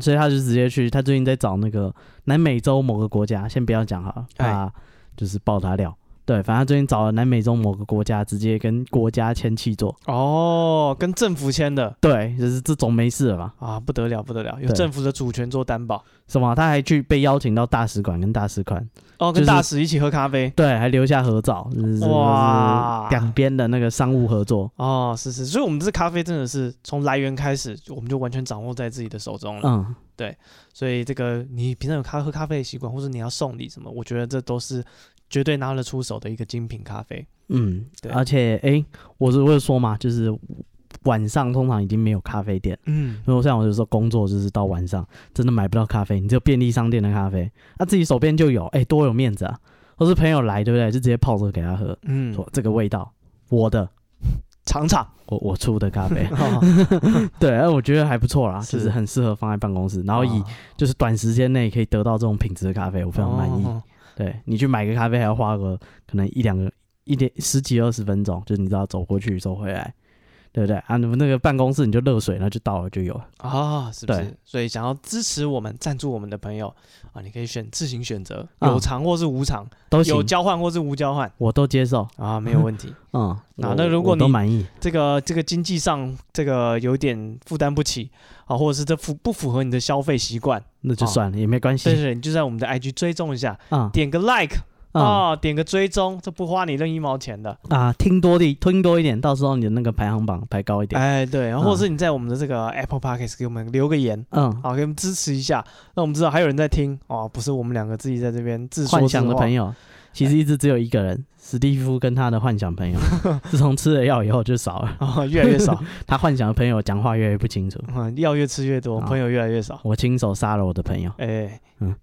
B: 所以他就直接去，他最近在找那个南美洲某个国家，先不要讲好了，
A: 哎
B: 怕就是爆他料。对，反正他最近找了南美洲某个国家，直接跟国家签契作。
A: 哦，跟政府签的
B: 对，就是这种没事了嘛。
A: 啊不得了不得了，有
B: 对
A: 政府的主权做担保。
B: 什么？他还去被邀请到大使馆跟大使馆，
A: 哦，跟
B: 就是
A: 大使一起喝咖啡。
B: 对，还留下合照。就是
A: 哇
B: 就是两边的那个商务合作。
A: 哦，是是，所以我们这咖啡真的是从来源开始，我们就完全掌握在自己的手中了。
B: 嗯，
A: 所以这个你平常有咖喝咖啡的习惯，或者你要送礼什么，我觉得这都是绝对拿得出手的一个精品咖啡。
B: 嗯
A: 对，
B: 而且哎、诶我是会说嘛，就是晚上通常已经没有咖啡店，
A: 嗯，
B: 因为像我有时候工作就是到晚上真的买不到咖啡，你只有便利商店的咖啡，那、自己手边就有，哎、多有面子啊！或是朋友来，对不对？就直接泡着给他喝，
A: 嗯
B: 说，这个味道，我的，
A: 尝尝。，
B: 我我出的咖啡
A: 哦
B: 对，哎，我觉得还不错啦，
A: 是
B: 就是很适合放在办公室，然后以
A: 哦
B: 就是短时间内可以得到这种品质的咖啡，我非常满意。
A: 哦
B: 对你去买个咖啡还要花个可能一两个一点十几二十分钟，就是你知道走过去走回来，对不对啊？你们那个办公室你就热水，那就到了就有了。
A: 啊，是不是
B: 对？
A: 所以想要支持我们、赞助我们的朋友啊，你可以选自行选择，
B: 啊
A: 有偿或是无偿，
B: 都
A: 有
B: 行，
A: 交换或是无交换
B: 我都接受。
A: 啊，没有问题。
B: 嗯，我
A: 那如果
B: 我都
A: 你
B: 满意，
A: 这个这个经济上这个有点负担不起啊，或者是这符不符合你的消费习惯，
B: 那就算了，也没关
A: 对哦对
B: 系。
A: 对，你就在我们的 IG 追踪一下，
B: 啊
A: 点个 like
B: 啊
A: 啊、点个追踪，这不花你任一毛钱的。
B: 啊，听多的听多一点，到时候你的那个排行榜排高一点。
A: 哎，对，然后
B: 嗯
A: 或者是你在我们的这个 Apple Podcast 给我们留个言。啊
B: 嗯，
A: 好，给我们支持一下，让我们知道还有人在听哦，不是我们两个自己在这边自说
B: 幻
A: 自
B: 想的
A: 话
B: 朋友其实一直只有一个人，史蒂夫跟他的幻 想朋友，自从吃了药以后就少了。
A: 啊、越来越 少，
B: 他幻想的朋友讲话越来越不清楚。
A: 嗯，药越吃越多，
B: 好
A: 朋友越来越少。
B: 我亲手杀了我的朋友，
A: 哎，嗯
B: 啊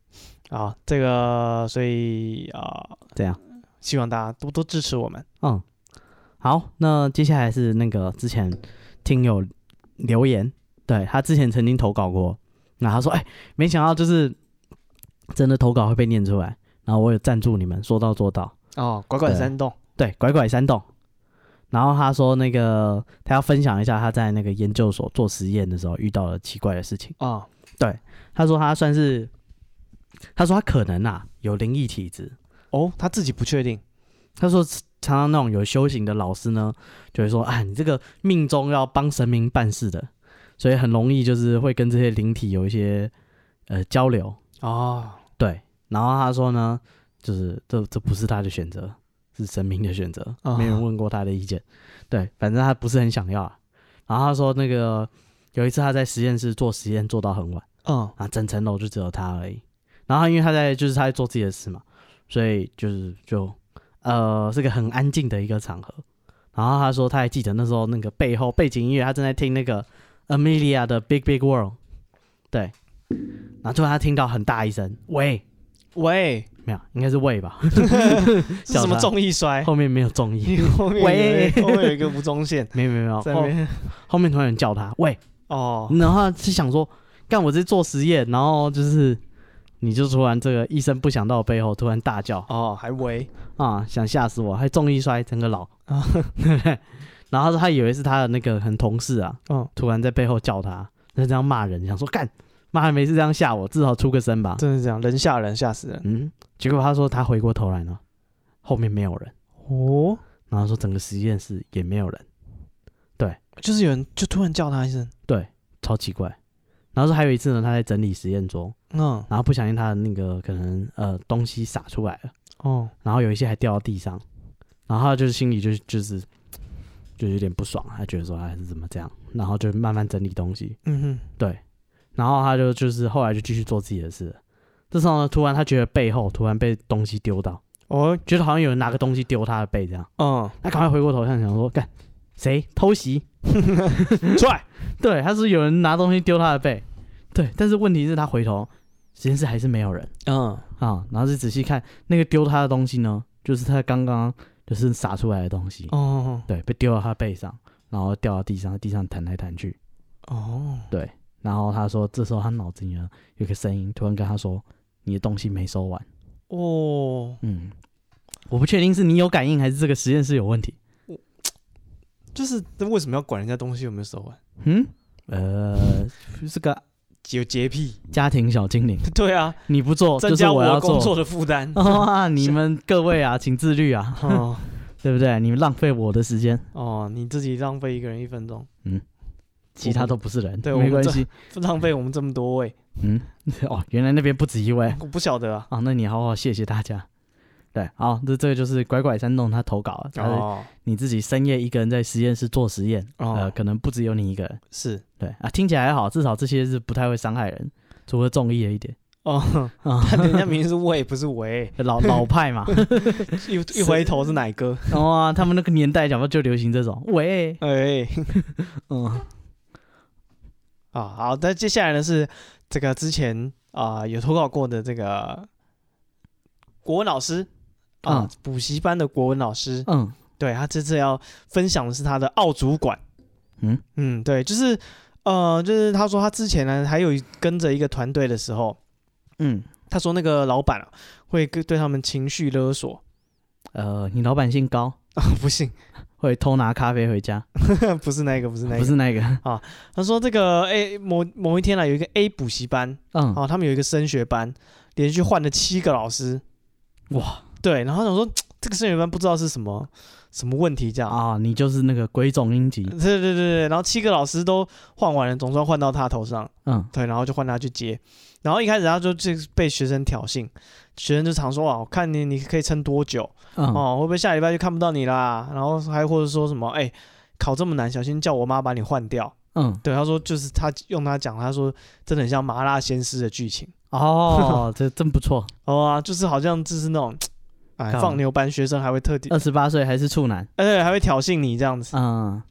B: 嗯，
A: 啊，这个，所以啊、
B: 这样。
A: 希望大家多多支持我们。
B: 嗯，好，那接下来是那个之前听友留言，对他之前曾经投稿过，那他说，哎、没想到就是真的投稿会被念出来，然后我有赞助你们，说到做到，
A: 哦，拐拐
B: 对
A: 山洞，
B: 对，拐拐山洞。然后他说，那个他要分享一下他在那个研究所做实验的时候遇到了奇怪的事情。
A: 啊、
B: 他说他算是，他说他可能啊有灵异体质。
A: 哦，他自己不确定
B: 他说是常常那种有修行的老师呢，就会说啊，你这个命中要帮神明办事的，所以很容易就是会跟这些灵体有一些呃交流。
A: 哦，
B: 对，然后他说呢，就是这这不是他的选择，是神明的选择，
A: 啊
B: 没人问过他的意见。对，反正他不是很想要、啊。然后他说那个有一次他在实验室做实验做到很晚
A: 嗯，
B: 啊，整层楼就只有他而已。然后他因为他在就是他在做自己的事嘛，所以就是就呃是个很安静的一个场合。然后他说他还记得那时候那个背后背景音乐，他正在听那个 Amelia 的 Big Big World，对。然后突然他听到很大一声“喂”，
A: 喂，
B: 没有，应该是 喂吧，
A: 是什么重易 摔？
B: 后面没有中
A: 你
B: 音，
A: 后面有
B: 喂
A: 后面有一个吴宗宪
B: 没有没有没有，
A: 在
B: 后
A: 那边
B: 后面突然有人叫他喂，
A: 哦，
B: 然后他是想说，干我这做实验，然后就是你就突然这个一声不响到我背后突然大叫
A: 哦，还喂，
B: 啊，想吓死我，还中一摔，整个老啊，然后他说他以为是他的那个很同事啊，
A: 嗯，
B: 突然在背后叫他，就这样骂人，想说干妈没事这样吓我，至少出个声吧，
A: 真的是这样，人吓人，吓死人。
B: 嗯，结果他说他回过头来呢，后面没有人，
A: 哦，
B: 然后说整个实验室也没有人。
A: 就是有人就突然叫他一声，
B: 超奇怪。然后说还有一次呢，他在整理实验桌，
A: 嗯，
B: 然后不小心他的那个可能呃东西洒出来了，
A: 哦，
B: 然后有一些还掉到地上，然后他就是心里就就是就有点不爽，他觉得说他哎是怎么这样，然后就慢慢整理东西，
A: 嗯
B: 然后他就就是后来就继续做自己的事了。这时候呢，突然他觉得背后突然被东西丢到，
A: 哼，哦，
B: 觉得好像有人拿个东西丢他的背这样，
A: 嗯，
B: 他赶快回过头想想说，干谁偷袭？
A: 出来，
B: 对，他是有人拿东西丢他的背，对，但是问题是，他回头实验室还是没有人。
A: 嗯，
B: 啊，然后就仔细看那个丢他的东西呢，就是他刚刚就是撒出来的东西，
A: 哦，
B: 对，被丢到他背上，然后掉到地上，地上弹来弹去。
A: 哦，
B: 然后他说，这时候他脑子里呢有个声音突然跟他说：“你的东西没收完。
A: 哦”，
B: 嗯，我不确定是你有感应还是这个实验室有问题。
A: 就是那为什么要管人家东西有没有收完？
B: 嗯，呃，是个
A: 有洁癖，
B: 家庭小精灵，
A: 对啊，
B: 你不做
A: 增
B: 就是
A: 加
B: 我
A: 的
B: 要
A: 工作
B: 做。
A: 的负担。
B: 啊！你们各位啊，请自律啊，
A: 嗯哦
B: 对不对？你们浪费我的时间，
A: 哦，你自己浪费一个人一分钟，
B: 其他都不是人，
A: 对我
B: 没
A: 们
B: 关
A: 这
B: 系。
A: 浪费我们这么多位，
B: 嗯，哦，原来那边不止一位
A: 我不晓得啊。
B: 啊，那你好好谢谢大家。对，好，这这个就是拐拐山洞他投稿了，他
A: 哦，
B: 你自己深夜一个人在实验室做实验，
A: 哦
B: 呃，可能不只有你一个人。
A: 是
B: 对啊，听起来还好，至少这些是不太会伤害人，除了中意了一点
A: 哦，
B: 啊，
A: 但人家明明是喂，不是喂，
B: 老老派嘛。
A: 一一回头是奶哥，
B: 然后啊，他们那个年代讲话就流行这种，喂，
A: 哎。
B: 嗯，
A: 啊、好，那接下来呢是这个之前啊、有投稿过的这个国文老师啊，
B: 嗯
A: 补习班的国文老师，
B: 嗯
A: 对他这次要分享的是他的奥主管，
B: 嗯
A: 嗯，对，就是呃，就是他说他之前呢还有一跟着一个团队的时候，
B: 嗯，
A: 他说那个老板啊会跟对他们情绪勒索，
B: 呃，你老板姓高，
A: 啊、不信，
B: 会偷拿咖啡回家，
A: 不是那个，不是那
B: 不
A: 个，
B: 是那个，
A: 他说这个 A 某某一天呢啊有一个 A 补习班，
B: 嗯，
A: 哦，他们有一个升学班，连续换了七个老师，
B: 哇，
A: 对，然后想说这个升学班不知道是什么什么问题这样，
B: 啊，你就是那个鬼冢英吉，
A: 对对对对，然后七个老师都换完了，总算换到他头上，
B: 嗯
A: 对，然后就换他去接，然后一开始他就就被学生挑衅，学生就常说啊，我看你你可以撑多久
B: 嗯，
A: 哦，会不会下礼拜就看不到你啦？然后还或者说什么哎。考这么难，小心叫我妈把你换掉。
B: 嗯，
A: 对，他说就是他用他讲，他说真的很像麻辣鲜师的剧情。
B: 哦，这真不 错，
A: 哦啊，就是好像就是那种，哎，
B: 干嘛
A: 放牛班学生还会特地，
B: 二十八岁还是处男，
A: 而且还会挑衅你这样子。
B: 嗯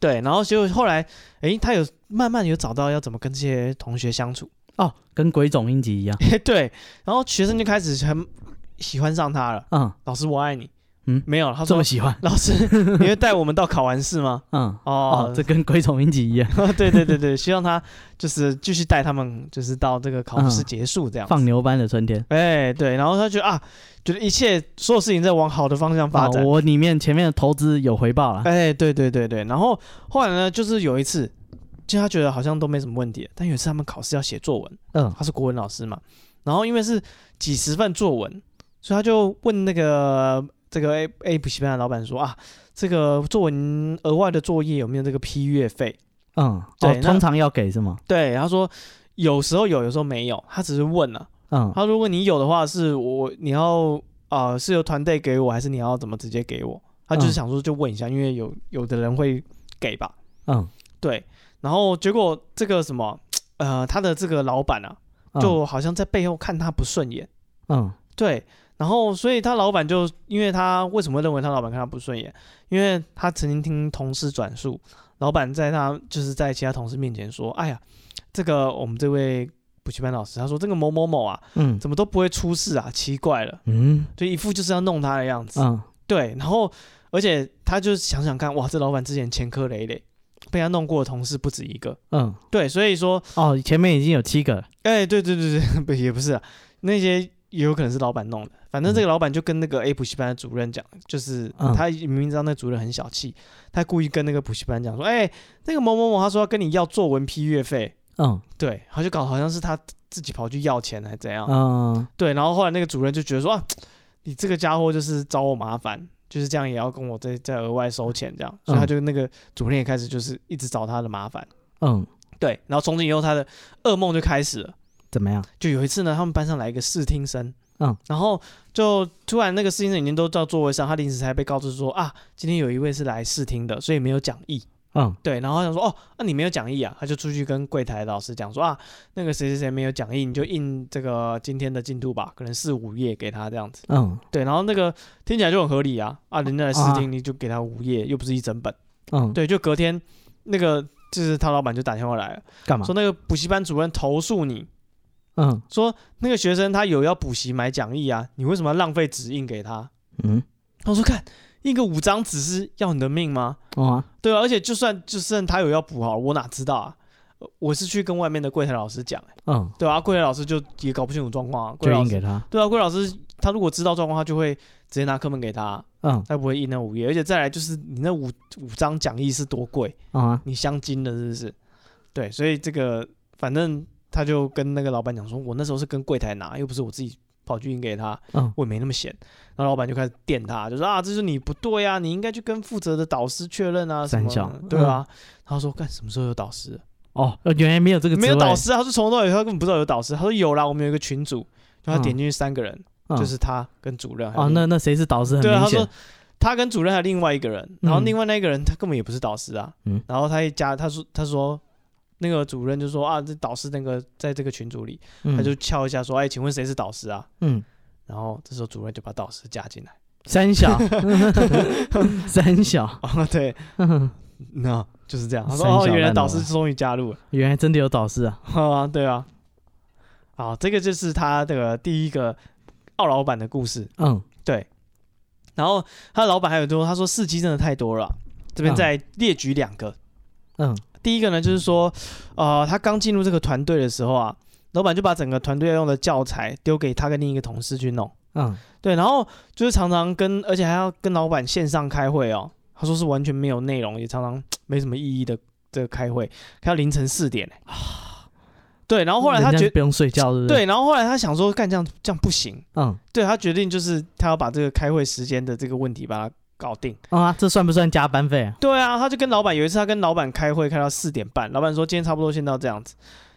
A: 对，然后结果后来，哎，他有慢慢有找到要怎么跟这些同学相处。
B: 哦，跟鬼冢英吉一样，
A: 对，然后学生就开始很喜欢上他了。
B: 嗯，
A: 老师，我爱你。
B: 嗯
A: 没有了，他
B: 这
A: 说
B: 么喜欢，
A: 老师，你会带我们到考完试吗？
B: 嗯，
A: 哦
B: 哦，，这跟鬼冢英吉一样，
A: 对对对对，希望他就是继续带他们，就是到这个考试
B: 嗯
A: 结束这样子。
B: 放牛班的春天。
A: 哎，对，然后他觉得啊，觉得一切所有事情在往好的方向发
B: 啊，
A: 展。
B: 我里面前面的投资有回报了，
A: 哎，对对对对，然后后来呢，就是有一次，就他觉得好像都没什么问题，但有一次他们考试要写作文，
B: 嗯
A: 他是国文老师嘛，然后因为是几十份作文，所以他就问那个这个 A A 补习班的老板说啊，这个作文额外的作业有没有这个批阅费？
B: 嗯，
A: 对
B: 哦，
A: 那
B: 通常要给是吗？
A: 对，他说有时候有，有时候没有，他只是问了、
B: 嗯，
A: 他如果你有的话，是我你要啊、呃是由团队给我，还是你要怎么直接给我？他就是
B: 嗯
A: 想说就问一下，因为有有的人会给吧，
B: 嗯，
A: 对。然后结果这个什么，呃，他的这个老板啊，
B: 嗯
A: 就好像在背后看他不顺眼，
B: 嗯
A: 对。然后所以他老板就，因为他为什么会认为他老板看他不顺眼？因为他曾经听同事转述，老板在他就是在其他同事面前说，哎呀，这个我们这位补习班老师，他说这个某某某啊，
B: 嗯
A: 怎么都不会出事啊，奇怪了，
B: 嗯
A: 就一副就是要弄他的样子。
B: 嗯
A: 对，然后而且他就想想看，哇，这老板之前前科累累，被他弄过的同事不止一个。
B: 嗯，
A: 对，所以说，
B: 哦，前面已经有七个了，
A: 哎、对对对对， 不也不是、啊，那些也有可能是老板弄的。反正这个老板就跟那个 A 补习班的主任讲，就是
B: 嗯
A: 他明明知道那主任很小气，他故意跟那个补习班讲说，哎、那个某某某，他说要跟你要作文批阅费，
B: 嗯
A: 对，他就搞好像是他自己跑去要钱还是怎样。
B: 嗯
A: 对，然后后来那个主任就觉得说啊，你这个家伙就是找我麻烦，就是这样也要跟我再再额外收钱这样，所以他就那个主任也开始就是一直找他的麻烦。
B: 嗯，
A: 对，然后从此以后他的噩梦就开始了。
B: 怎么样？
A: 就有一次呢，他们班上来一个试听生，
B: 嗯，
A: 然后就突然那个试听生已经都到座位上，他临时才被告知说啊，今天有一位是来试听的，所以没有讲义。
B: 嗯
A: 对，然后他想说哦，那、你没有讲义啊，他就出去跟柜台老师讲说啊，那个谁谁谁没有讲义，你就印这个今天的进度吧，可能四五页给他这样子。
B: 嗯
A: 对，然后那个听起来就很合理啊，啊，人家来试
B: 啊
A: 听你就给他五页，又不是一整本。
B: 嗯，，
A: 对，就隔天那个就是他老板就打电话来了，
B: 干嘛
A: 说？那个补习班主任投诉你
B: 嗯
A: 说那个学生他有要补习买讲义啊，你为什么要浪费纸印给他？
B: 嗯，
A: 他说看印个五张纸是要你的命吗？
B: 哦啊，
A: 对啊，而且就算就算他有要补好，我哪知道啊？呃我是去跟外面的柜台老师讲、欸
B: 嗯，
A: 对啊，柜台老师就也搞不清楚状况啊。柜
B: 就
A: 台老
B: 印
A: 师
B: 给他，
A: 对啊，柜台老师他如果知道状况，他就会直接拿课本给他啊、
B: 嗯
A: 他不会印那五页。而且再来就是你那五五张讲义是多贵，
B: 嗯啊，
A: 你镶金的是不是？对，所以这个反正他就跟那个老板讲说，我那时候是跟柜台拿，又不是我自己跑去印给他，
B: 嗯
A: 我也没那么闲。然后老板就开始电他，就说啊，这是你不对啊，你应该去跟负责的导师确认啊，什
B: 三
A: 么
B: 小嗯
A: 的对啊。他说干什么时候有导师？
B: 哦，呃原来没有这个
A: 没有
B: 职位
A: 导，师啊，他说从头到尾他根本不知道有导师。他说有啦，我们有一个群组，然后他
B: 嗯
A: 点进去三个人，
B: 嗯
A: 就是他跟主任还有
B: 哦，
A: 另
B: 那那谁是导师很
A: 对啊，
B: 明
A: 他
B: 显
A: 说，他跟主任还有另外一个人，然后
B: 嗯
A: 另外那个人他根本也不是导师啊。
B: 嗯
A: 然后他一加，他说他说那个主任就说啊，这导师那个在这个群组里，
B: 嗯
A: 他就敲一下说，哎，请问谁是导师啊？
B: 嗯，
A: 然后这时候主任就把导师加进来。
B: 三小，三小，
A: 哦，对，那就是这样。他说
B: 三小
A: 哦，原来
B: 烂
A: 导
B: 脑
A: 师
B: 啊
A: 终于加入了。
B: 原来真的有导师啊，
A: 啊，对啊。好，这个就是他的第一个奥老板的故事。
B: 嗯
A: 然后他老板还有说，他说事迹真的太多了啊、这边
B: 嗯
A: 再列举两个。
B: 嗯
A: 第一个呢，就是说，呃，他刚进入这个团队的时候啊，老板就把整个团队要用的教材丢给他跟另一个同事去弄。
B: 嗯
A: 对，然后就是常常跟，而且还要跟老板线上开会哦。他说是完全没有内容，也常常没什么意义的这个开会，开到凌晨四点、欸、对，然后后来他
B: 人家
A: 觉
B: 不用睡觉，对不？
A: 对，然后后来他想说，干这样这样不行，
B: 嗯，
A: 对他决定就是他要把这个开会时间的这个问题把它搞定。
B: 哦啊，这算不算加班费啊？
A: 对啊，他就跟老板有一次，他跟老板开会开到四点半，老板说今天差不多先到这样子，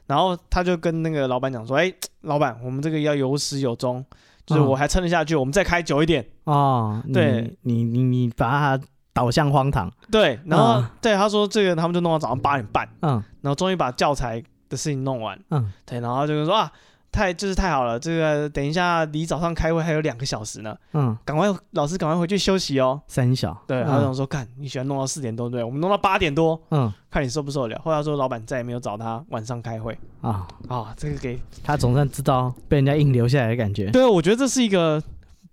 A: 然后他就跟那个老板讲说，哎、老板，我们这个要有始有终，就是
B: 嗯
A: 我还撑得下去，我们再开久一点。
B: 哦，你
A: 对，
B: 你你你把它导向荒唐，
A: 对，然后、
B: 嗯
A: 对他说这个他们就弄到早上八点半，
B: 嗯
A: 然后终于把教材的事情弄完，
B: 嗯
A: 对，然后就说啊，太就是太好了，这个等一下离早上开会还有两个小时呢，
B: 嗯，
A: 赶快老师赶快回去休息哦。
B: 三小，
A: 对，他想
B: 嗯
A: 说，看你喜欢弄到四点多，对不对，我们弄到八点多，
B: 嗯
A: 看你受不受得了。后来他说，老板再也没有找他晚上开会
B: 啊，
A: 啊，这个给，
B: 他总算知道被人家硬留下来的感啊觉，
A: 对，我觉得这是一个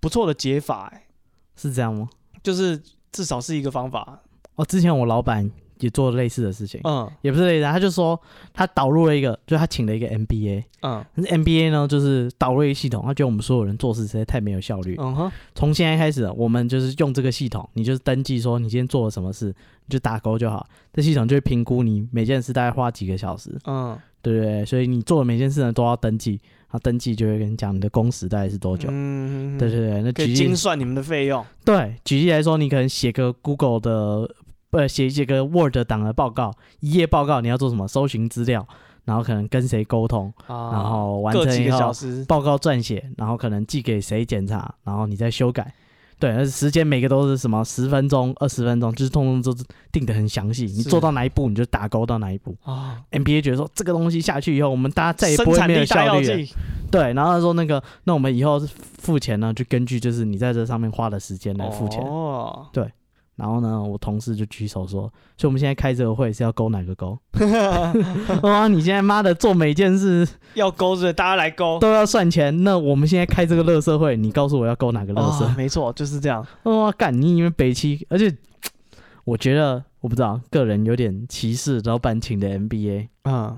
A: 不错的解法、哎
B: 欸是这样吗？
A: 就是至少是一个方法。
B: 哦，之前我老板也做类似的事情，
A: 嗯
B: 也不是类似，他就说他导入了一个，就他请了一个 MBA，
A: 嗯
B: 但是 MBA 呢就是导入一个系统，他觉得我们所有人做事实在太没有效率，
A: 嗯哼，
B: 从现在开始，我们就是用这个系统，你就是登记说你今天做了什么事，你就打勾就好。这系统就会评估你每件事大概花几个小时，
A: 嗯
B: 对不对？所以你做的每件事呢都要登记，他登记就会跟你讲你的工时大概是多久。
A: 嗯，
B: 对对对，那
A: 可
B: 举
A: 以
B: 例
A: 精算你们的费用。
B: 对，举例来说，你可能写个 Google 的，呃，写写个 Word 档的报告，一页报告，你要做什么？搜寻资料，然后可能跟谁沟通，
A: 啊
B: 然后完
A: 各
B: 成
A: 几
B: 以
A: 个小
B: 后，
A: 时，
B: 报告撰写，然后可能寄给谁检查，然后你再修改。对，而时间每个都是什么十分钟、二十分钟，就是通通都是定的很详细。你
A: 是
B: 做到哪一步，你就打勾到哪一步。
A: 啊，
B: NBA 觉得说这个东西下去以后，我们大家再也不
A: 生
B: 会
A: 产
B: 没有
A: 力大
B: 效
A: 药
B: 率了。
A: 剂，
B: 对，然后他说那个，那我们以后付钱呢，就根据就是你在这上面花的时间来付钱。
A: 哦，
B: 然后呢，我同事就举手说，所以我们现在开这个会是要勾哪个勾？哇，你现在妈的做每件事
A: 要勾是大家来勾。
B: 都要算钱，那我们现在开这个乐社会，你告诉我要勾哪个乐
A: 哦
B: 色？
A: 没错，就是这样。
B: 哇、干你因为北七，而且我觉得我不知道，个人有点歧视老板请的 MBA，
A: 嗯，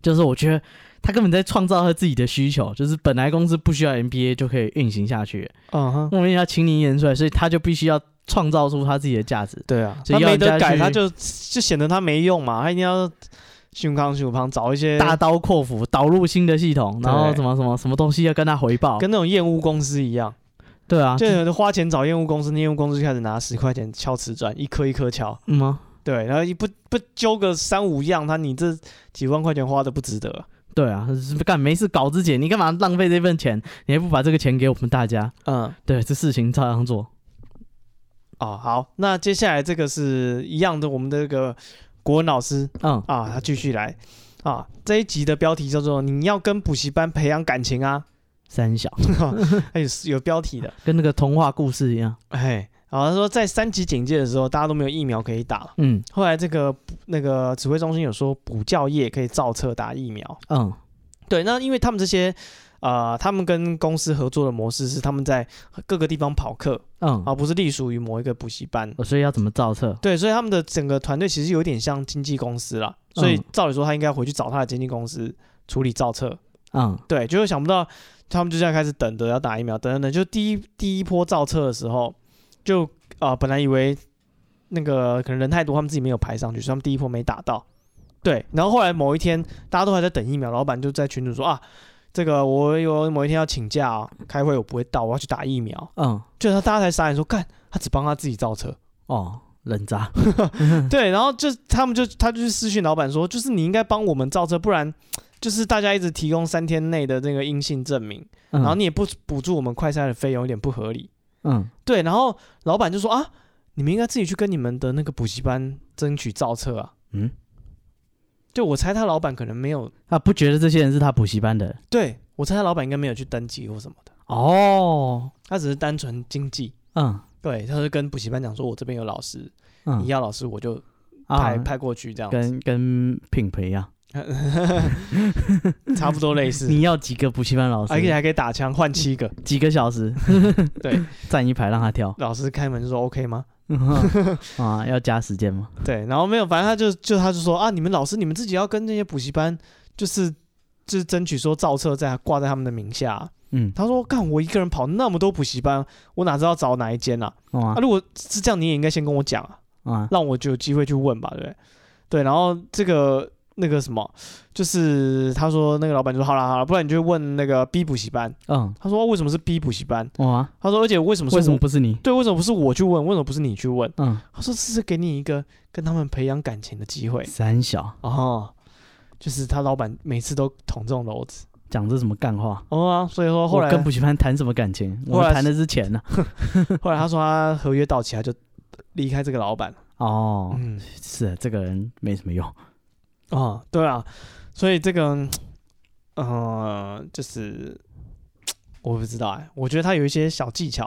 B: 就是我觉得他根本在创造他自己的需求，就是本来公司不需要 MBA 就可以运行下去，
A: 嗯哼，
B: 莫名其妙请你演出来，所以他就必须要创造出他自己的价值。
A: 对啊，
B: 所
A: 他
B: 以要
A: 没得
B: 人家
A: 改，
B: 去
A: 他就就显得他没用嘛，他一定要胸康胸胖找一些
B: 大刀阔斧导入新的系统，然后
A: 对
B: 什么什么什么东西要跟他回报，
A: 跟那种厌恶公司一样，
B: 对啊，
A: 就有人花钱找厌恶公司，那厌恶公司就开始拿十块钱敲瓷砖，一颗一颗敲，
B: 嗯吗？
A: 对，然后一不不揪个三五样，他你这几万块钱花的不值得。
B: 对啊，是干没事搞之前，你干嘛浪费这份钱？你还不把这个钱给我们大家？
A: 嗯，
B: 对，这事情照样做。
A: 哦，好，那接下来这个是一样的，我们的这个国文老师
B: 嗯，
A: 啊，他继续来啊，这一集的标题叫做“你要跟补习班培养感情啊
B: 三小”，
A: 哎，有有标题的，
B: 跟那个童话故事一样。
A: 哎，然后他说在三级警戒的时候，大家都没有疫苗可以打了。
B: 嗯
A: 后来这个那个指挥中心有说，补教业可以造册打疫苗。
B: 嗯，
A: 对，那因为他们这些，呃，他们跟公司合作的模式是他们在各个地方跑课，
B: 嗯，
A: 而不是隶属于某一个补习班。
B: 所以要怎么造册？
A: 对，所以他们的整个团队其实有点像经纪公司啦，所以
B: 嗯
A: 照理说他应该回去找他的经纪公司处理造册。
B: 嗯
A: 对，就是想不到他们就这样开始等着要打疫苗，等等等，就第一第一波造册的时候，就啊、呃本来以为那个可能人太多，他们自己没有排上去，所以他们第一波没打到。对，然后后来某一天大家都还在等疫苗，老板就在群主说啊，这个我有某一天要请假、哦，开会我不会到，我要去打疫苗。
B: 嗯，
A: 就他大家才傻眼说，干他只帮他自己造车。
B: 哦，人渣。
A: 对，然后就他们就他就去私讯老板说，就是你应该帮我们造车，不然就是大家一直提供三天内的那个阴性证明，
B: 嗯
A: 然后你也不补助我们快筛的费用，有点不合理。
B: 嗯
A: 对，然后老板就说啊，你们应该自己去跟你们的那个补习班争取造册啊。
B: 嗯，
A: 就我猜他老板可能没有，
B: 他不觉得这些人是他补习班的人
A: 对我猜他老板应该没有去登记或什么的，
B: 哦。
A: 他只是单纯经济。
B: 嗯
A: 对，他就跟补习班讲说，我这边有老师，你
B: 嗯，
A: 要老师我就派、
B: 啊，
A: 派过去这样子，
B: 跟跟品培一样，
A: 差不多类似。
B: 你要几个补习班老
A: 而且
B: 师？
A: 还可以打枪换七个，
B: 啊几个小 时
A: 对，
B: 站一排让他挑嗯
A: 老师开门就说 OK 吗？
B: 啊？要加时间吗？
A: 对，然后没有，反正他就就他就说啊，你们老师你们自己要跟那些补习班，就是就是争取说造册在挂在他们的名下。
B: 嗯，
A: 他说干，我一个人跑那么多补习班，我哪知道找哪一间啊？
B: 哇
A: 啊，如果是这样，你也应该先跟我讲啊，
B: 啊，
A: 让我就有机会去问吧，对不对？对，然后这个那个什么，就是他说那个老板就说好了好了，不然你就问那个 B 补习班。
B: 嗯，
A: 他说、哦为什么是 B 补习班？
B: 哇，
A: 他说而且为什么是
B: 为什么
A: 我
B: 不是你？
A: 对，为什么不是我去问？为什么不是你去问？
B: 嗯，
A: 他说这是给你一个跟他们培养感情的机会
B: 三小
A: 哦，就是他老板每次都捅这种篓子
B: 讲这什么干话？
A: 哦啊，所以说后
B: 我
A: 来
B: 跟补习班谈什么感情？
A: 后
B: 我
A: 来
B: 们谈的是钱呢。
A: 后来他说他合约到期，他就离开这个老板
B: 哦，
A: 嗯
B: 是啊这个人没什么用。
A: 哦，对啊，所以这个嗯呃，就是我不知道哎、我觉得他有一些小技巧，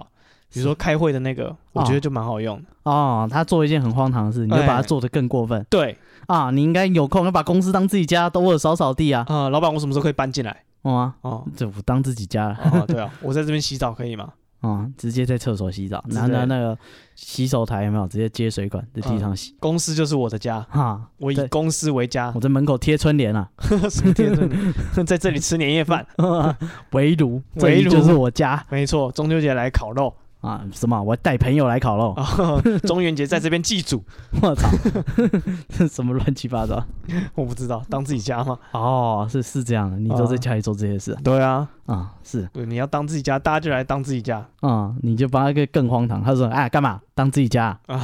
A: 比如说开会的那个，我觉得就蛮好用的。
B: 哦，他做一件很荒唐的事，你就把
A: 哎
B: 他做得更过分
A: 对
B: 啊！你应该有空要把公司当自己家，等我扫扫地啊，
A: 啊、老板，我什么时候可以搬进来？
B: 哦啊，
A: 哦
B: 这我当自己家了
A: 哦，对啊，我在这边洗澡可以吗？
B: 啊，直接在厕所洗澡，
A: 之
B: 然后
A: 类的
B: 呢那个洗手台有没有直接接水管在地上洗？
A: 公司就是我的家，
B: 哈，
A: 我以
B: 对
A: 公司为家
B: 我，在门口贴春联啊，
A: 什么天 真在这里吃年夜饭，
B: 围炉，
A: 围炉
B: 这里就是我家。
A: 没错，中秋节来烤肉，
B: 啊，什么？我带朋友来烤肉，
A: 哦，中元节在这边祭祖，
B: 我操，什么乱七八糟？
A: 我不知道当自己家吗？
B: 哦，是是这样的，你都在
A: 啊
B: 家里做这些事啊？
A: 对啊，
B: 啊是
A: 对，你要当自己家，大家就来当自己家
B: 啊，你就把那个更荒唐。他说：“哎，干嘛当自己家 啊？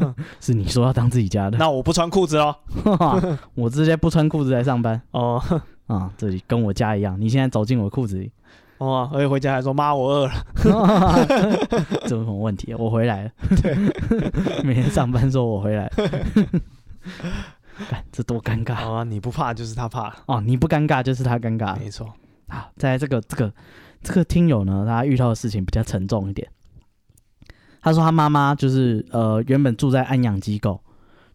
A: 啊。
B: 是你说要当自己家的？
A: 那我不穿裤子咯。
B: 我直接不穿裤子来上班
A: 哦
B: 啊！这里跟我家一样，你现在走进我裤 子里，
A: 哦，而且回家还说妈我饿 了，
B: 这有什么问题？我回来了。对， 每天上班说我回来了， 干这多尴尬
A: 好啊，你不怕就是他怕了，
B: 哦！你不尴尬就是他尴尬
A: 没错。
B: 啊！在这个这个这个听友呢，他遇到的事情比较沉重一点。他说他妈妈就是呃原本住在安养机构，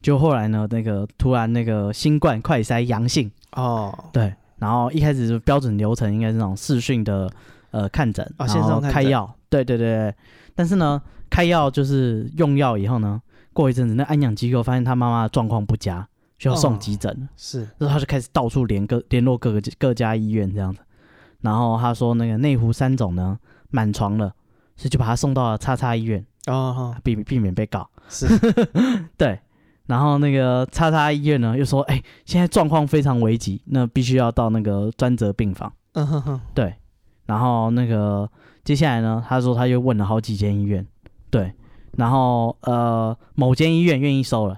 B: 就后来呢那个突然那个新冠快筛阳性，
A: 哦
B: 对，然后一开始就标准流程应该是那种视讯的呃看诊，
A: 啊
B: 然
A: 线上
B: 后
A: 看
B: 开
A: 诊
B: 药，对对对对。但是呢，开药就是用药以后呢，过一阵子那安养机构发现他妈妈的状况不佳，需要送
A: 哦
B: 急诊了，
A: 是
B: 然后他就开始到处联各联络各个各家医院这样子。然后他说那个内湖三总呢满床了，所以就把他送到了叉叉医院，
A: 哦哦
B: 避避免被告。
A: 是
B: 对，然后那个叉叉医院呢又说，哎、现在状况非常危急，那必须要到那个专责病房。
A: 嗯哼哼
B: 对，然后那个接下来呢，他说他又问了好几间医院，对，然后呃某间医院愿意收了，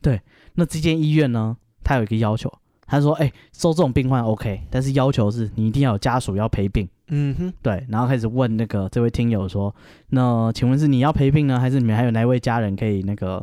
B: 对，那这间医院呢，他有一个要求，他说哎、收这种病患 OK，但是要求是你一定要有家属要陪病，
A: 嗯哼
B: 对，然后开始问那个这位听友说，那请问是你要陪病呢，还是你们还有哪位家人可以那个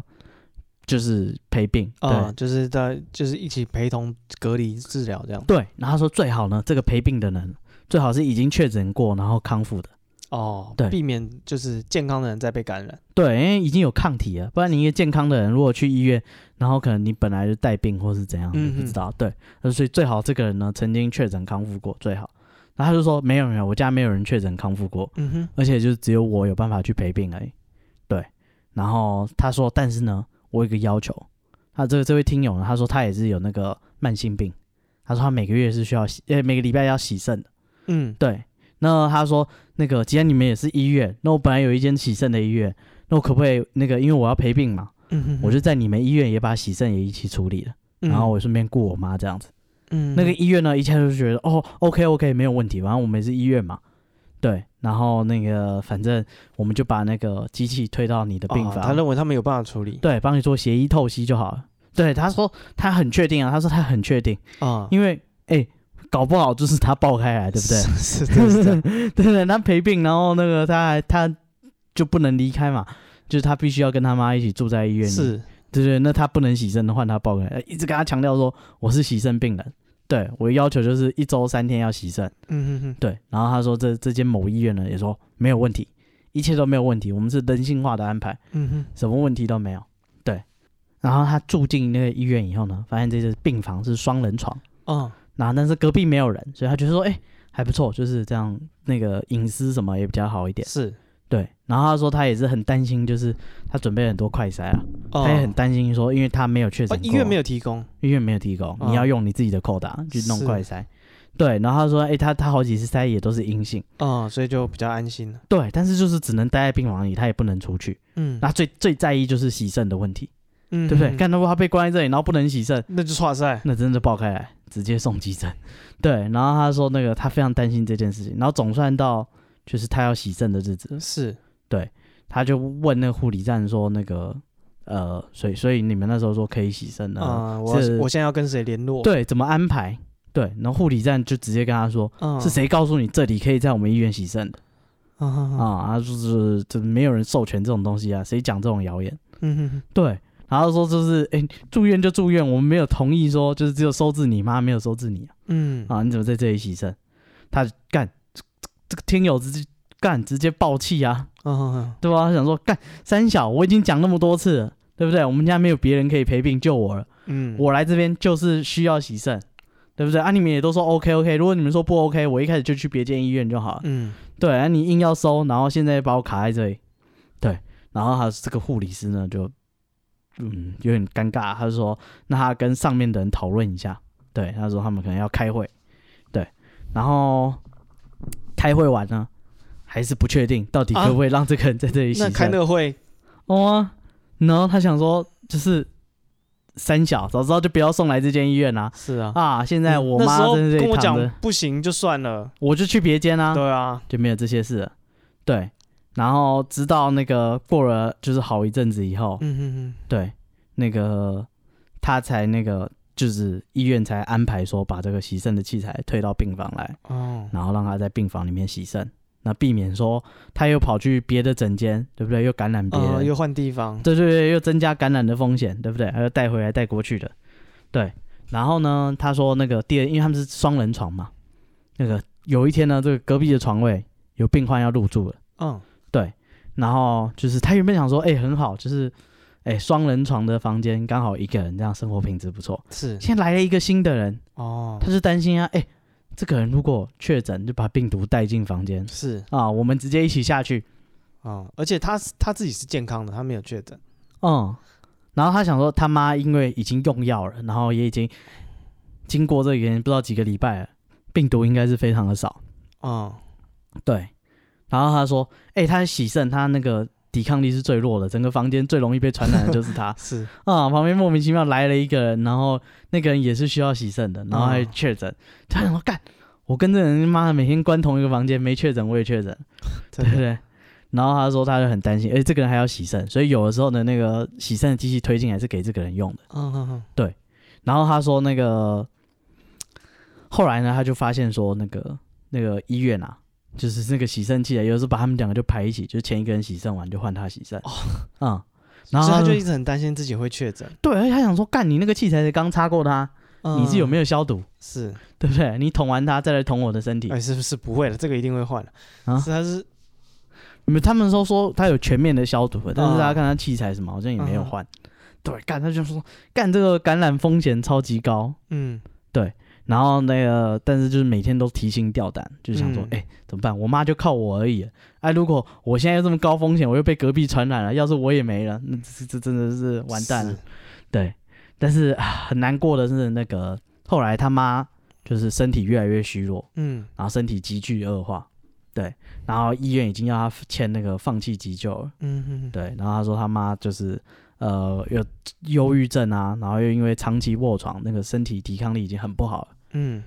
B: 就是陪病？对。
A: 啊，就是在就是一起陪同隔离治疗这样。
B: 对，然后他说最好呢，这个陪病的人最好是已经确诊过，然后康复的。
A: 哦，
B: 对
A: 避免就是健康的人再被感染。
B: 对，因为已经有抗体了，不然你一个健康的人如果去医院，然后可能你本来就带病或是怎样，
A: 嗯
B: 你不知道。对，呃所以最好这个人呢曾经确诊康复过最好。然后他就说没有没有，我家没有人确诊康复过，
A: 嗯哼，
B: 而且就是只有我有办法去陪病而已。对，然后他说，但是呢，我有一个要求。他这个这位听友呢，他说他也是有那个慢性病，他说他每个月是需要洗，呃，每个礼拜要洗肾的。
A: 嗯
B: 对，那他说那个既然你们也是医院，那我本来有一间洗肾的医院，那我可不可以那个因为我要陪病嘛，
A: 嗯哼，
B: 我就在你们医院也把洗肾也一起处理了，
A: 嗯
B: 然后我顺便顾我妈这样子。
A: 嗯
B: 那个医院呢，一下就觉得哦，OK OK 没有问题，反正我们也是医院嘛。对，然后那个反正我们就把那个机器推到你的病
A: 哦
B: 房，
A: 他认为他们有办法处理
B: 对，帮你做血液透析就好了。对，他说他很确定啊，他说他很确定，
A: 啊，
B: 因为哎、搞不好就是他爆开来，对不对？
A: 是是是是这样
B: 对对，他陪病，然后那个他还他就不能离开嘛，就是他必须要跟他妈一起住在医院里。，
A: 是
B: 对对，那他不能洗肾的，换他报给，一直跟他强调说我是洗肾病人，对我的要求就是一周三天要洗肾。
A: 嗯哼哼，
B: 对，然后他说这这间某医院呢也说没有问题，一切都没有问题，我们是人性化的安排，
A: 嗯哼，
B: 什么问题都没有。对，然后他住进那个医院以后呢，发现这个病房是双人床。
A: 哦，
B: 那但是隔壁没有人，所以他觉得说，哎、还不错，就是这样，那个隐私什么也比较好一点。
A: 是，
B: 对，然后他说他也是很担心，就是他准备了很多快筛啊，
A: 哦
B: 他也很啊担心说，因为他没有确
A: 哦
B: 诊、
A: 医院没
B: 有，
A: 有提供，
B: 医院没有提供，
A: 嗯
B: 你要用你自己的扣打去弄
A: 是
B: 快筛。对，然后他说，哎、他他好几次筛也都是阴性，
A: 哦，所以就比较安心了。
B: 对，但是就是只能待在病房里，他也不能出去。
A: 嗯，
B: 那最最在意就是洗肾的问题，
A: 嗯
B: 对不对？
A: 嗯嗯
B: 看如果他被关在这里，然后不能洗肾，
A: 那就差赛，
B: 那真的爆开来，直接送急诊。对，然后他说那个他非常担心这件事情，然后总算到就是他要洗肾的日子，
A: 是，
B: 他就问那个护理站说那个呃，所以所以你们那时候说可以洗肾的，
A: 啊，我
B: 是
A: 要我现在要跟谁联络？，
B: 对，怎么安排？对，然后护理站就直接跟他说。
A: 嗯，
B: 是谁告诉你这里可以在我们医院洗肾的
A: 啊？啊，
B: 啊？他就是这没有人授权这种东西啊，谁讲这种谣言？
A: 嗯哼哼，
B: 对，然后说就是，哎、住院就住院，我们没有同意说，就是只有收治你妈，没有收治你啊。
A: 嗯，
B: 啊，你怎么在这里洗肾？他干这这个听友直接干直接爆气啊，
A: 啊啊，
B: 对吧？他想说干三小，我已经讲那么多次了，对不对？我们家没有别人可以陪病救我了，
A: 嗯，
B: 我来这边就是需要洗肾，对不对？啊，你们也都说 OK OK，如果你们说不 OK，我一开始就去别间医院就好了。
A: 嗯，
B: 对，啊，你硬要收，然后现在把我卡在这里，对，然后他这个护理师呢就。嗯，有点尴尬。他就说，那他跟上面的人讨论一下。对，他说他们可能要开会。对，然后开会完呢，还是不确定到底可不可以让这个人在这里洗
A: 啊那
B: 肾。
A: 开那个会，
B: 哦啊，然后他想说就是三小，早知道就不要送来这间医院啦、
A: 是啊，
B: 啊。现在我
A: 那时
B: 妈
A: 候
B: 在这
A: 跟
B: 里
A: 我
B: 躺
A: 讲
B: 着，
A: 不行就算了，
B: 我就去别间啦、
A: 对啊，
B: 就没有这些事了。对，然后直到那个过了就是好一阵子以后，
A: 嗯嗯
B: 对，那个他才那个就是医院才安排说把这个洗肾的器材推到病房来，
A: 嗯，哦，
B: 然后让他在病房里面洗肾，那避免说他又跑去别的诊间，对不对？又感染别人，
A: 呃，又换地方，
B: 对对对，又增加感染的风险，对不对？还要带回来带过去的，对。然后呢，他说那个第二，因为他们是双人床嘛，那个有一天呢，这个隔壁的床位有病患要入住了，
A: 嗯，
B: 然后就是他原本想说，哎、很好，就是哎双人床的房间刚好一个人，这样生活品质不错。
A: 是
B: 现在来了一个新的人，
A: 哦
B: 他，就担心啊，哎、这个人如果确诊，就把病毒带进房间
A: 是
B: 啊，我们直接一起下去，
A: 哦，而且他是他自己是健康的，他没有确诊，
B: 嗯，然后他想说他妈因为已经用药了，然后也已经经过这个原因不知道几个礼拜了，病毒应该是非常的少。
A: 嗯，
B: 对，然后他说，哎、他洗肾，他那个抵抗力是最弱的，整个房间最容易被传染的就是他
A: 是
B: 啊、旁边莫名其妙来了一个人，然后那个人也是需要洗肾的，然后还
A: 嗯
B: 确诊。他想说干，我跟这人妈的每天关同一个房间，没确诊我也确诊。
A: 真
B: 对不
A: 的，
B: 对？然后他说他就很担心，而且这个人还要洗肾，所以有的时候呢，那个洗肾的机器推进来是给这个人用的。
A: 嗯嗯嗯，
B: 然后他说那个后来呢，他就发现说那个那个医院啊，就是那个洗肾器啊，有的时候把他们两个就排一起，就是前一个人洗肾完就换他洗肾。嗯，然
A: 哦所
B: 后
A: 以他就
B: 就
A: 一直很担心自己会确诊，
B: 对，而且他想说，干你那个器材才刚擦过他，你是有没
A: 有
B: 有消毒，
A: 嗯是？
B: 对不对？你捅完他再来捅我的身体，
A: 哎，是不是不会了？这个一定会换的
B: 啊
A: 是他是
B: 你们他们说说他有全面的消毒了，但是
A: 啊
B: 大家看他器材什么好像也没有
A: 嗯哼
B: 换。对，干他就说干这个感染风险超级高，
A: 嗯
B: 然后那个但是就是每天都提心吊胆，就想说
A: 嗯
B: 哎、怎么办？我妈就靠我而已了，哎如果我现在又这么高风险，我又被隔壁传染了，要是我也没了，那这这真的是完蛋了
A: 是。
B: 对，但是啊很难过的是那个后来他妈就是身体越来越虚弱，
A: 嗯
B: 然后身体急剧恶化，对，然后医院已经要他签那个放弃急救了，
A: 嗯嗯，
B: 对，然后他说他妈就是呃有忧郁症啊，然后又因为长期卧床，那个身体抵抗力已经很不好了，
A: 嗯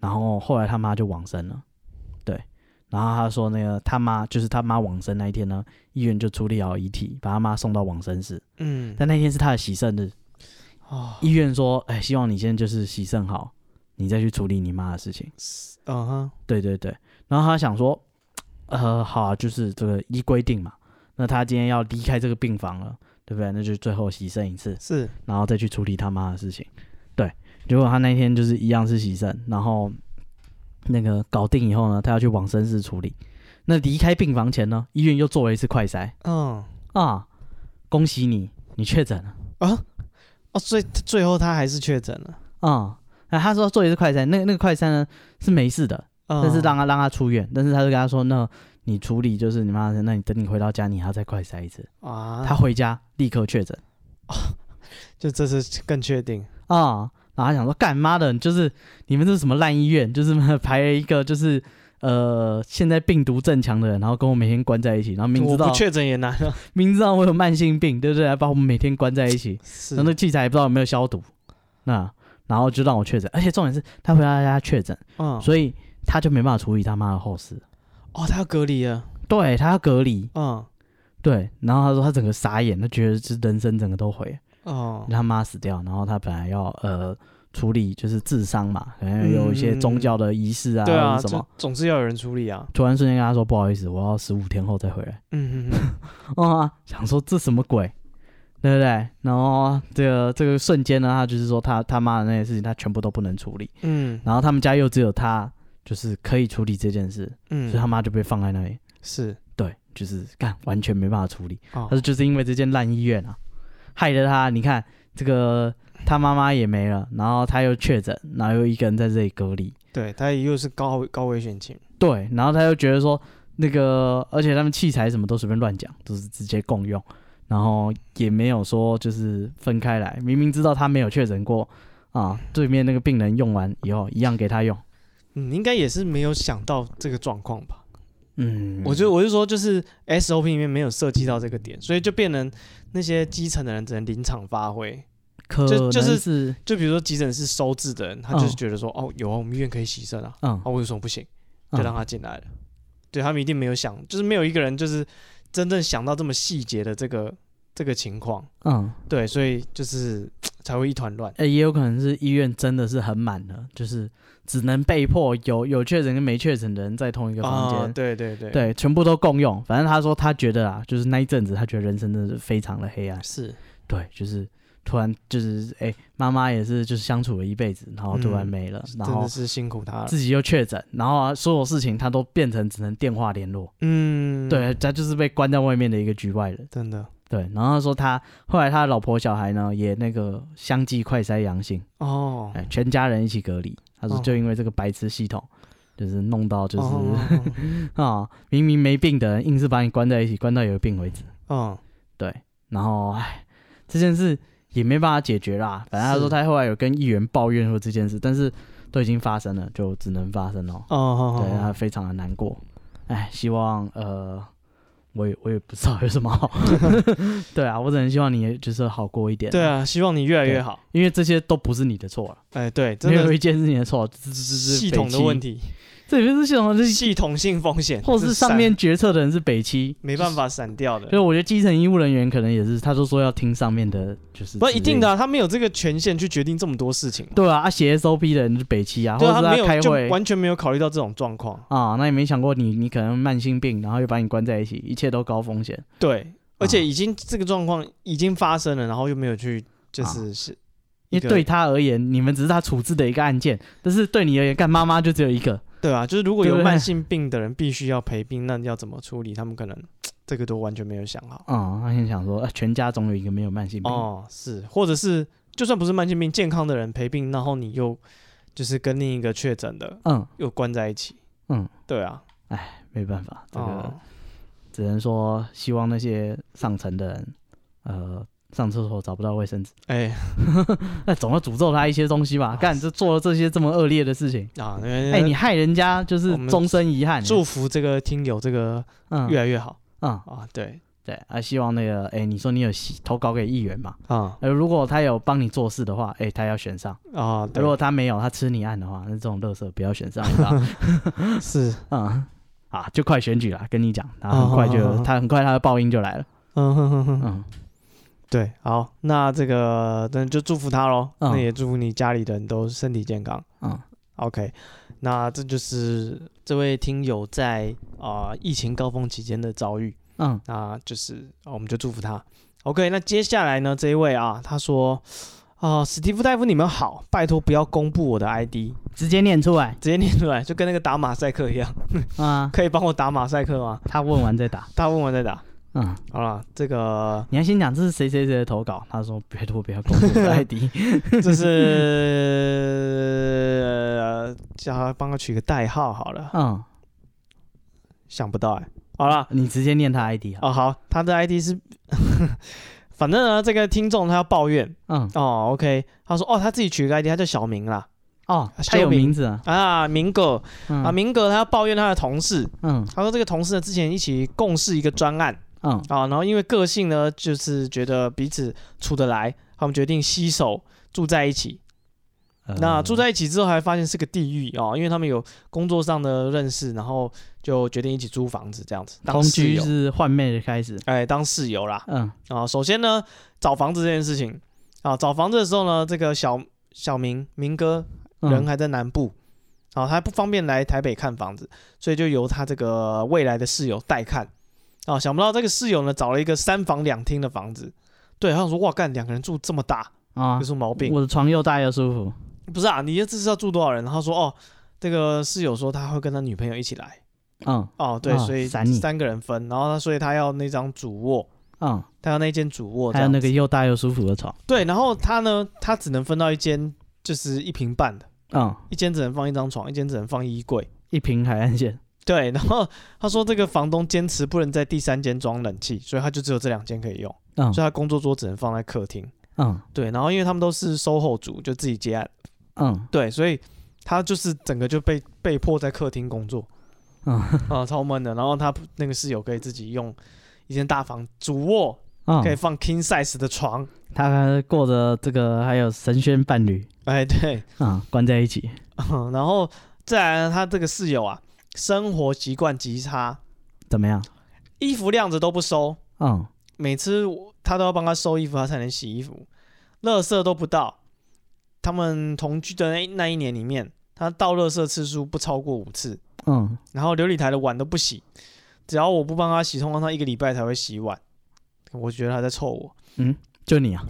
B: 然后后来他妈就往生了，对，然后他说那个他妈就是他妈往生那一天呢，医院就处理好遗体，把他妈送到往生室，
A: 嗯，
B: 但那天是他的喜肾日，
A: 哦，
B: 医院说，哎，希望你先就是喜肾好，你再去处理你妈的事情。
A: 嗯哼，
B: 对对对，然后他想说，呃，好、啊，就是这个依规定嘛，那他今天要离开这个病房了，对不对？那就最后洗肾一次，
A: 是
B: 然后再去处理他妈的事情。对，结果他那天就是一样是洗肾，然后那个搞定以后呢，他要去往生室处理。那离开病房前呢，医院又做了一次快筛
A: 嗯
B: 啊，恭喜你，你确诊了
A: 啊哦，所以最后他还是确诊了，
B: 啊。那他说做一次快筛，那个那个快筛呢是没事的，
A: 嗯
B: 但是让他让他出院，但是他就跟他说，那你处理就是你妈的，那你等你回到家，你还要再快筛一次。
A: 啊，
B: 他回家立刻确诊
A: 就这次更确定，
B: 啊、然后他想说，干妈的，就是你们这是什么烂医院？就是 排了一个就是呃，现在病毒正强的人，然后跟我每天关在一起，然后明知
A: 我
B: 道
A: 不确诊也难啊，
B: 明知道我有慢性病，对不对？还把我们每天关在一起，
A: 是
B: 然后那器材也不知道有没有消毒，那然后就让我确诊，而且重点是他回到家确诊，
A: 嗯，
B: 所以他就没办法处理他妈的后事，
A: 哦，他要隔离了，
B: 对他要隔离。
A: 嗯
B: 对，然后他说他整个傻眼，他觉得是人生整个都毁了，
A: 哦，
B: 他妈死掉，然后他本来要呃处理就是治伤嘛，可能有一些
A: 嗯
B: 宗教的仪式啊，
A: 对啊，
B: 或者什么
A: 这，总是要有人处理啊，
B: 突然瞬间跟他说不好意思，我要十五天后再回来，
A: 嗯嗯嗯，
B: 哦、啊，想说这什么鬼，对不对？然后这个这个瞬间呢，他就是说他他妈的那些事情他全部都不能处理，
A: 嗯
B: 然后他们家又只有他就是可以处理这件事，
A: 嗯，
B: 所以他妈就被放在那里，
A: 是
B: 对，就是干完全没办法处理。
A: 哦
B: 他，说就是因为这间烂医院啊，害得他，你看这个他妈妈也没了，然后他又确诊，然后又一个人在这里隔离，
A: 对他又是高高危险群，
B: 对，然后他又觉得说那个，而且他们器材什么都随便乱讲，都是直接共用，然后也没有说就是分开来，明明知道他没有确诊过啊，对面那个病人用完以后一样给他用，
A: 嗯，应该也是没有想到这个状况吧，
C: 嗯，
A: 我就我就说，就是 SOP 里面没有涉及到这个点，所以就变成那些基层的人只能临场发挥。
B: 可
A: 就
B: 能
A: 就是
B: 是
A: 就比如说急诊室收治的人，他就是
B: 嗯
A: 觉得说，哦，有啊，我们医院可以洗肾啊，
B: 嗯
A: 啊，，为什么不行？
B: 嗯
A: 就让他进来了。对他们一定没有想，就是没有一个人就是真正想到这么细节的这个这个情况。
B: 嗯，
A: 对，所以就是才会一团乱。
B: 哎、也有可能是医院真的是很满了，就是只能被迫有有确诊跟没确诊的人在同一个房间、
A: 啊，对对对，
B: 哦对，全部都共用。反正他说他觉得啊，就是那一阵子他觉得人生真的是非常的黑暗。
A: 是
B: 对，就是突然就是哎，妈、妈也是就是相处了一辈子，然后突然
A: 嗯
B: 没了，然
A: 真
B: 后
A: 的是啊辛苦他了。
B: 自己又确诊，然后、啊、所有事情他都变成只能电话联络。
A: 嗯，，
B: 对，他就是被关在外面的一个局外人。
A: 真的
B: 对，然后他说他后来他的老婆小孩呢也那个相继快筛阳性。
A: 哦，
B: 哎，全家人一起隔离。他说
A: 哦
B: 就因为这个白痴系统，就是弄到就是
A: 哦
B: 啊、明明没病的人硬是把你关在一起，关到有病为止。
A: 哦，
B: 对，然后哎，这件事也没办法解决啦。反正他说
A: 是
B: 他后来有跟议员抱怨说这件事，但是都已经发生了，就只能发生了。
A: 哦哦，
B: 对啊他非常的难过。哎，希望呃。我也我也不知道有什么 好，对啊，我只能希望你就是好过一点。
A: 对，啊，希望你越来越好。
B: 因为这些都不是你的错了，
A: 哎，对，真
B: 没有
A: 的
B: 一件事情的错，这这这这
A: 系统的问，题，
B: 这里面是系统的，
A: 系统性风险，
B: 或者是
A: 这
B: 上
A: 闪
B: 面决策的人是北七，
A: 没办法闪掉的
B: 所以。我觉得基层医务人员可能也是，他就说要听上面的，就是
A: 不
B: 指
A: 一
B: 令
A: 定的、，啊，他没有这个权限去决定这么多事情。
B: 对啊，啊写 SOP 的人就是北七啊，
A: 对
B: 或
A: 啊，
B: 者
A: 他没
B: 是
A: 有
B: 开
A: 就
B: 会
A: 完全没有考虑到这种状况。
B: 啊，那也没想过你你可能慢性病，然后又把你关在一起，一切都高风险，
A: 对，
B: 啊
A: 而且已经这个状况已经发生了，然后又没有去就是是
B: 啊因
A: 一个
B: 为对他而言，你们只是他处置的一个案件，但是对你而言，干妈妈就只有一个，
A: 对啊，就是如果
B: 对
A: 有
B: 不对
A: 慢性病的人必须要陪病，那要怎么处理？他们可能这个都完全没有想好。
B: 啊，他先想说，啊全家总有一个没有慢性
A: 嗯
B: 病，
A: 哦，是，或者是就算不是慢性病，健康的人陪病，然后你又就是跟另一个确诊的
B: 嗯，
A: 又关在一起。
B: 嗯，
A: 对啊，
B: 没办法，这个
A: 哦，
B: 只能说希望那些上层的人，呃，上厕所找不到卫生纸，
A: 哎、
B: 那总要诅咒他一些东西吧？干，这做了这些这么恶劣的事情，
A: 啊，
B: 哎、
A: 哎
B: 你害人家就是
A: 我们
B: 终身遗憾。
A: 祝福这个听友这个
B: 嗯
A: 越来越好、
B: 嗯，
A: 啊，对
B: 对啊，希望那个哎、你说你有投稿给议员嘛？
A: 啊
B: 呃，如果他有帮你做事的话，哎、他要选上；
A: 啊，对
B: 如果他没有，他吃你案的话，那这种乐色不要 选上，你知道吗
A: 是，
B: 嗯。啊，就快选举了，跟你讲，他很快就、
A: 哦哦哦哦
B: 他很快他的报应就来了。
A: 嗯哼哼哼，
B: 嗯，
A: 对，好，那这个那就祝福他喽，
B: 嗯
A: 那也祝福你家里的人都身体健康。
B: 嗯
A: ，OK，那这就是这位听友在啊、疫情高峰期间的遭遇，
B: 嗯
A: 那就是、啊我们就祝福他。OK，那接下来呢这一位啊，他说啊、史蒂夫大夫你们好，拜托不要公布我的 ID，
B: 直接念出来
A: 直接念出来，就跟那个打马赛克一样，
B: 啊！
A: 可以帮我打马赛克吗？
B: 他问完再打。
A: 大部分在打。
B: 嗯，
A: 好了，这个
B: 你要先讲这是谁谁谁的投稿，他说拜托不要公布我的 ID，
A: 这是、呃叫他帮他取个代号好了，
B: 嗯，
A: 想不到哎、好了，
B: 你直接念他 ID 啊，
A: 哦好，他的 ID 是，反正呢这个听众他要抱怨
B: 嗯，
A: 哦，OK，他说哦他自己取个 ID，他叫小明啦
B: 哦，
A: 修
B: 他有
A: 明
B: 名字啊，
A: 啊明哥
B: 嗯
A: 啊明哥他要抱怨他的同事，
B: 嗯
A: 他说这个同事呢之前一起共事一个专案
B: 嗯
A: 啊，然后因为个性呢就是觉得彼此处得来，他们决定携手住在一起。
B: 呃
A: 那住在一起之后，还发现是个地狱哦，因为他们有工作上的认识，然后就决定一起租房子这样子当
B: 同
A: 室
B: 居
A: 友，
B: 是换妹的开始，
A: 哎，当室友啦。
B: 嗯
A: 啊，首先呢，找房子这件事情啊，找房子的时候呢，这个小小明明哥人
B: 嗯
A: 还在南部，啊，他不方便来台北看房子，所以就由他这个未来的室友代看。啊，想不到这个室友呢，找了一个三房两厅的房子。对，他想说哇，干两个人住这么大，
B: 啊
A: 有，什么毛病？
B: 我的床又大又舒服，
A: 不是啊，你这是要住多少人？然后说哦，这个室友说他会跟他女朋友一起来
B: 嗯
A: 哦，对，
B: 啊
A: 所以
B: 散你
A: 三个人分，然后他所以他要那张主卧，
B: 嗯，
A: 他要那间主卧这
B: 还有
A: 样子，
B: 那个又大又舒服的床，
A: 对，然后他呢，他只能分到一间，就是一平半的，
B: 嗯，
A: 一间只能放一张床，一间只能放衣柜。
B: 一瓶海岸线，
A: 对，然后他说这个房东坚持不能在第三间装冷气，所以他就只有这两间可以用，
B: 嗯
A: 所以他工作桌只能放在客厅。
B: 嗯
A: 对，然后因为他们都是售后组，就自己接案，
B: 嗯，
A: 对，所以他就是整个就被被迫在客厅工作。
B: 嗯
A: 啊，超闷的。然后他那个室友可以自己用一间大房主卧，
B: 啊、
A: 可以放 king size 的床。
B: 他过着这个还有神仙伴侣
A: 哎，对，
B: 啊、关在一起，
A: 然后再来呢，他这个室友啊，生活习惯极差，
B: 怎么样？
A: 衣服晾着都不收，
B: 嗯，
A: 每次我他都要帮他收衣服，他才能洗衣服，垃圾都不倒。他们同居的那那一年里面，他倒垃圾次数不超过五次，
B: 嗯，
A: 然后琉璃台的碗都不洗，只要我不帮他洗，通常他一个礼拜才会洗碗。我觉得他在臭我。
B: 就你啊，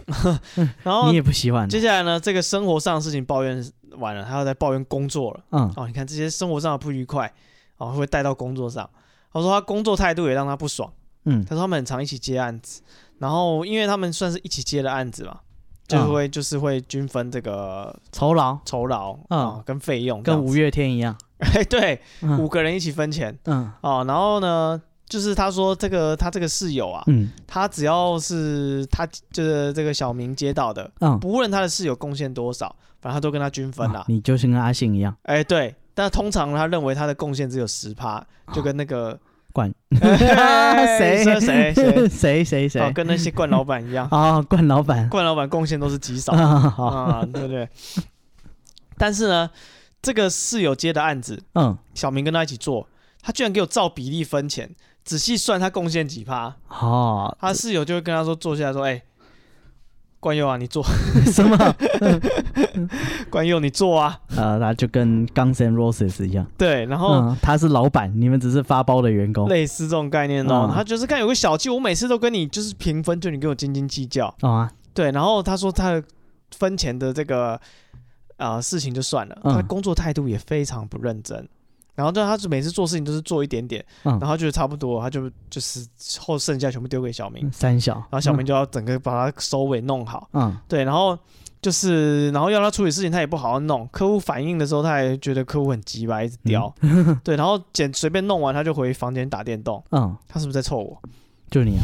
A: 然后
B: 你也不喜欢，啊
A: 接下来呢，这个生活上的事情抱怨完了，他要再抱怨工作了。
B: 嗯
A: 哦，你看这些生活上的不愉快，哦，会带到工作上。他说他工作态度也让他不爽。
B: 嗯
A: 他说他们很常一起接案子，然后因为他们算是一起接的案子嘛，就
B: 嗯
A: 会、就是会均分这个
B: 酬劳
A: 酬劳啊、
B: 嗯
A: 跟费用这
B: 跟
A: 样子，
B: 五月天一样，
A: 哎对，五
B: 嗯
A: 个人一起分钱
B: 嗯
A: 哦。然后呢，就是他说这个他这个室友啊，
B: 嗯
A: 他只要是他就是这个小明接到的，
B: 嗯，
A: 不论他的室友贡献多少，反正他都跟他均分啦、
B: 啊你就是跟阿信一样，
A: 哎、对，但通常他认为他的贡献只有十趴，就跟那个
B: 冠
A: 哎
B: 谁
A: 谁谁 谁
B: 谁谁
A: 哦，
B: 谁
A: 跟那些冠老板一 样，
B: 啊，冠老板，
A: 冠老板贡献都是极少的
B: 啊好，
A: 啊，对不对？但是呢，这个室友接的案子，
B: 嗯，
A: 小明跟他一起做，他居然给我照比例分钱，仔细算他贡献几趴，
B: 好，
A: 他室友就会跟他说坐下来说，哎、冠佑啊，你坐，
B: 什么？
A: 冠佑你坐啊，
B: 呃，那就跟 Guns N' Roses 一样，
A: 对，然后
B: 嗯，他是老板，你们只是发包的员工，
A: 类似这种概念哦，
B: 哦嗯
A: 他就是看有个小气，我每次都跟你就是平分，就你跟我斤斤计较，
B: 哦啊，
A: 对，然后他说他的分钱的这个啊事情就算了，
B: 嗯
A: 他工作态度也非常不认真。然后就他是每次做事情都是做一点点，
B: 嗯
A: 然后觉得差不多，他就就是后剩下全部丢给小明，
B: 三小，然
A: 然后小明就要整个把它收尾弄好。
B: 嗯
A: 对，然后就是然后要他处理事情，他也不好好弄。客户反应的时候，他也觉得客户很急吧，一直刁。对，然后简随便弄完，他就回房间打电动。
B: 嗯，
A: 他是不是在臭我？
B: 就你啊，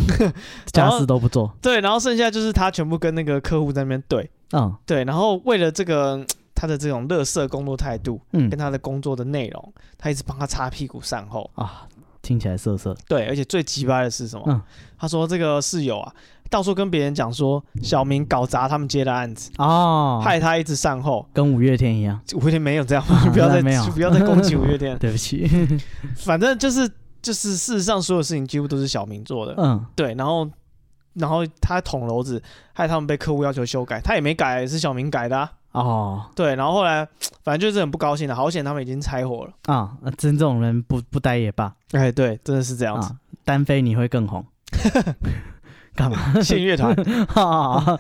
B: 家事都不做，
A: 对，然后剩下就是他全部跟那个客户在那边对。
B: 嗯
A: 对，然后为了这个嗯他的这种乐色工作态度
B: 嗯
A: 跟他的工作的内容，他一直帮他擦屁股善后。
B: 啊，听起来涩涩，
A: 对，而且最奇葩的是什么？
B: 嗯
A: 他说这个室友啊，到处跟别人讲说小明搞砸他们接的案子，
B: 哦，
A: 害他一直善后。
B: 跟五月天一样，
A: 五月天没有这样，
B: 啊
A: 不要再
B: 那没有
A: 不要再攻击五月天。
B: 对 不起，
A: 反正就是就是，事实上所有事情几乎都是小明做的。
B: 嗯
A: 对，然后然后他捅娄子，害他们被客户要求修改，他也没改，是小明改的、啊。
B: 哦
A: 对，然后后来反正就是很不高兴的，好险他们已经拆伙了。
B: 啊，真这种人不不待也罢
A: 哎，对，真的是这样子。
B: 啊，单飞你会 更红， 干嘛？
A: 信乐团，
B: 啊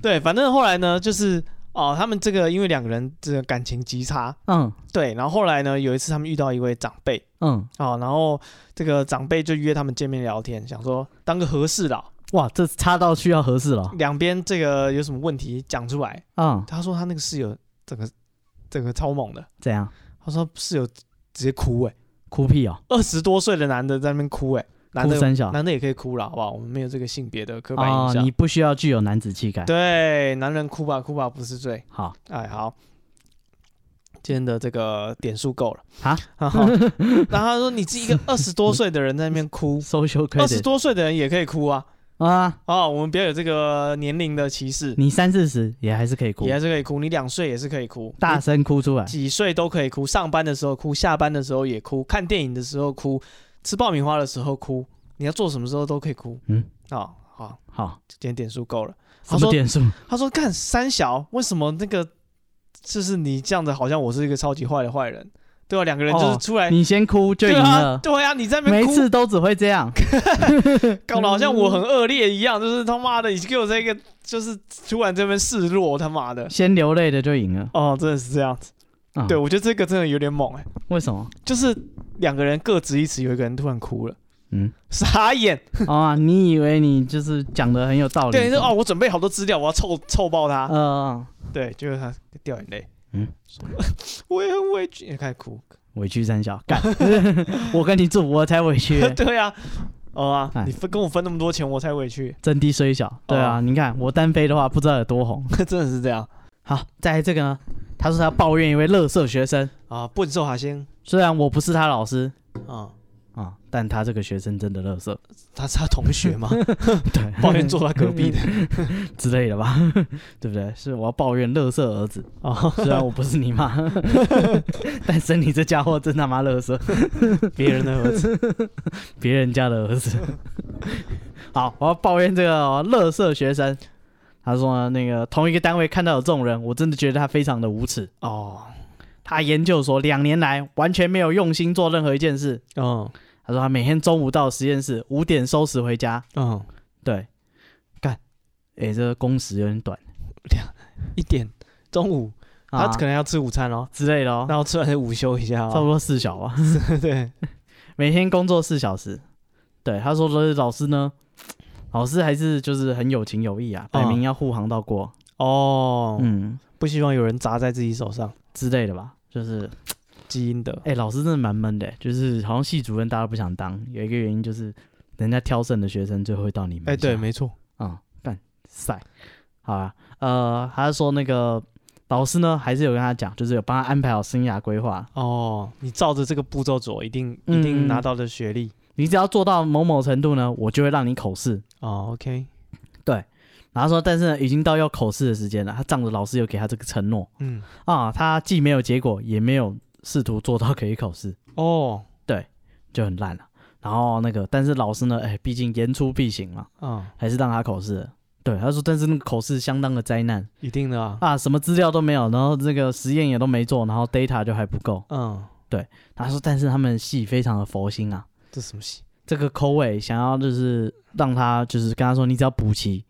A: 对，反正后来呢，就是哦，他们这个因为两个人这个感情极差，
B: 嗯
A: 对，然后后来呢，有一次他们遇到一位长辈
B: 嗯，
A: 哦，然后这个长辈就约他们见面聊天，想说当个和事佬，
B: 哇，这插到需要合适了
A: 两边这个有什么问题讲出来。
B: 啊？
A: 他说他那个室友整个整个超猛的，
B: 怎样？
A: 他说室友直接哭哎、
B: 哭屁哦，
A: 二十多岁的男的在那边哭哎、男
B: 哭
A: 的
B: 三小
A: 男的也可以哭了，好不好？我们没有这个性别的刻板印
B: 哦，
A: 象。
B: 你不需要具有男子气概，
A: 对，男人哭吧哭吧不是罪。
B: 好，
A: 哎，好，今天的这个点数够了
B: 啊。，
A: 然后，然后他说：“你是一个二十多岁的人在那边哭
B: social
A: 二十
B: credit
A: 多岁的人也可以哭啊！
B: 啊，
A: 哦，我们不要有这个年龄的歧视，
B: 你三四十也还是可以哭
A: 也，还是可以哭。你两岁也是可以哭，
B: 大
A: 你
B: 声哭出来，
A: 几岁都可以哭，上班的时候哭，下班的时候也哭，看电影的时候哭，吃爆米花的时候哭，你要做什么时候都可以哭。
B: 嗯，
A: 哦，好，
B: 好，
A: 今天点数够了。”
B: 什
A: 他
B: 么
A: 说
B: 点数？：“
A: 他说干三小，为什么那个就是你这样子，好像我是一个超级坏的坏人，对吧、啊两个人就是
B: 哦
A: 出来、
B: 你先哭就
A: 哎对
B: 赢
A: 啊，
B: 了，
A: 对啊，你在那
B: 每
A: 边
B: 一
A: 哭，
B: 次嗯都只会这样。
A: 搞得好像我很恶劣一样，就是他妈的，你给我这个，就是突然这边示弱，他妈的，
B: 先流泪的就赢了。
A: 哦，真的是这样子。
B: 啊
A: 对，，我觉得这个真的有点猛哎、
B: 为什么？
A: 就是两个人各执一词，有一个人突然哭了，
B: 嗯，
A: 傻眼。
B: 哦啊，你以为你就是讲的很有道理？
A: 对，你说哦，，我准备好多资料，我要臭臭爆他。
B: 呃，
A: 对，就是他掉眼泪，
B: 嗯，
A: 我也很委屈，也开始哭。
B: 委屈三小， 干，我跟你住，我才委屈欸，
A: 对啊，哦啊
B: 哎，
A: 你分跟我分那么多钱，我才委 屈，
B: 真低虽小。对
A: 哦
B: 啊，你看我单飞的话，不知道有多红。
A: 真的是这样。
B: 好，再来这个呢，他说他抱怨一位乐色学生，
A: 啊，笨兽哈先
B: 虽然我不是他老师
A: 啊，
B: 啊，但他这个学生真的乐色，
A: 他是他同学 嘛，
B: 对，
A: 抱怨坐他隔壁的
B: 之类的吧， 对不对？是我要抱怨乐色儿子，
A: 哦，
B: 虽然我不是你妈， 但是你这家伙真他妈乐色，
A: 别人的儿子，
B: 别人家的儿子。 好，我要抱怨这个哦乐色学生。他说呢，那个同一个单位看到有这种人，我真的觉得他非常的无耻。
A: 哦，
B: 他研究所两年来完全没有用心做任何一件事。
A: 嗯
B: 他说他每天中午到实验室，五点收拾回家。
A: 嗯，
B: 对，干，哎、这个工时有点短，
A: 一点中午
B: 啊
A: 他可能要吃午餐哦，
B: 之类的哦，
A: 然后吃完就午休一下
B: 差不
A: 哦，
B: 多四小吧。
A: 对，
B: 每天工作四小时。对，他说的老师呢，老师还是就是很有情有义啊，摆明要护航到过，
A: 哦，
B: 嗯
A: 不希望有人砸在自己手上，
B: 之类的吧。就是，
A: 基因的
B: 哎、老师真的蛮闷的、欸就是好像系主任大家都不想当，有一个原因就是人家挑剩的学生最后会到你们。
A: 哎、对，没错，
B: 啊，干、晒，好啦，呃，他说那个老师呢，还是有跟他讲，就是有帮他安排好生涯规划，
A: 哦，你照着这个步骤走，一定
B: 嗯
A: 一定拿到的学历。
B: 你只要做到某某程度呢，我就会让你口试。
A: 哦，OK，
B: 然后他说，但是呢，已经到要口试的时间了，他仗着老师有给他这个承诺
A: 嗯，
B: 啊，他既没有结果，也没有试图做到可以考试，
A: 哦，
B: 就很烂了。然后那个，但是老师呢，哎，毕竟言出必行嘛，
A: 啊、
B: 还是让他口试了。对，他说，但是那个口试相当的灾难
A: 一定的啊，
B: 啊，什么资料都没有，然后这个实验也都没做，然后 data 就还不够。
A: 嗯，
B: 他说，但是他们系非常的佛心啊，
A: 这什么戏？
B: 这个口尾想要就是让他就是跟他说，你只要补齐，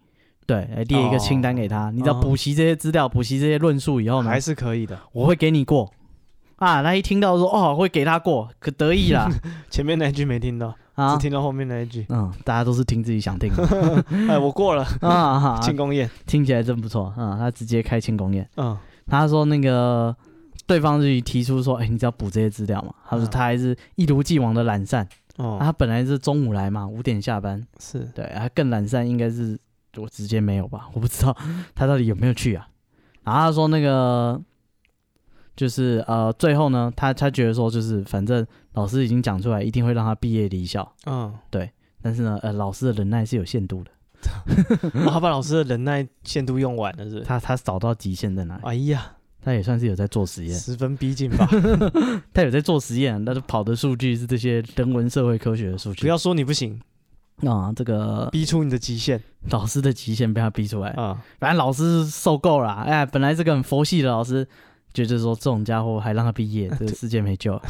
B: 对，来列一个清单给他，你只要补齐这些资料，补齐这些论述以后呢
A: 哦还，是可以的。
B: 我会给你过。啊，他一听到说哦会给他过，可得 意啦
A: 前面那一句没听到，
B: 啊
A: 只，听到后面那一 句。
B: 嗯，大家都是听自己想 听的
A: 哎，我过了，
B: 啊啊，啊
A: 庆功宴。
B: 听起来真不错啊，他直接开庆功宴。
A: 嗯，
B: 他说那个对方就提出说，哎，你只要补这些资料嘛。他说
A: 嗯
B: 他还是一如既往的懒散，啊
A: 哦，
B: 他本来是中午来嘛，五点下班，
A: 是
B: 对，他更懒散应该是我直接没有吧，我不知道他到底有没有去啊。然后他说那个就是呃，最后呢，他他觉得说就是反正老师已经讲出来，一定会让他毕业离校。
A: 嗯，
B: 但是呢，呃，老师的忍耐是有限度的，
A: 哇他把老师的忍耐限度用完了是不是？
B: 他他找到极限在哪里？
A: 哎呀，
B: 他也算是有在做实验，
A: 十分逼近 吧。
B: 他有在做实验，但是跑的数据是这些人文社会科学的数据。
A: 不要说你不行，
B: 啊、这个
A: 逼出你的极限
B: 老师的极限被他逼出来，
A: 啊！
B: 反正老师受够了啊、哎，本来是个很佛系的老师，觉得说这种家伙还让他毕业，这个世界没救了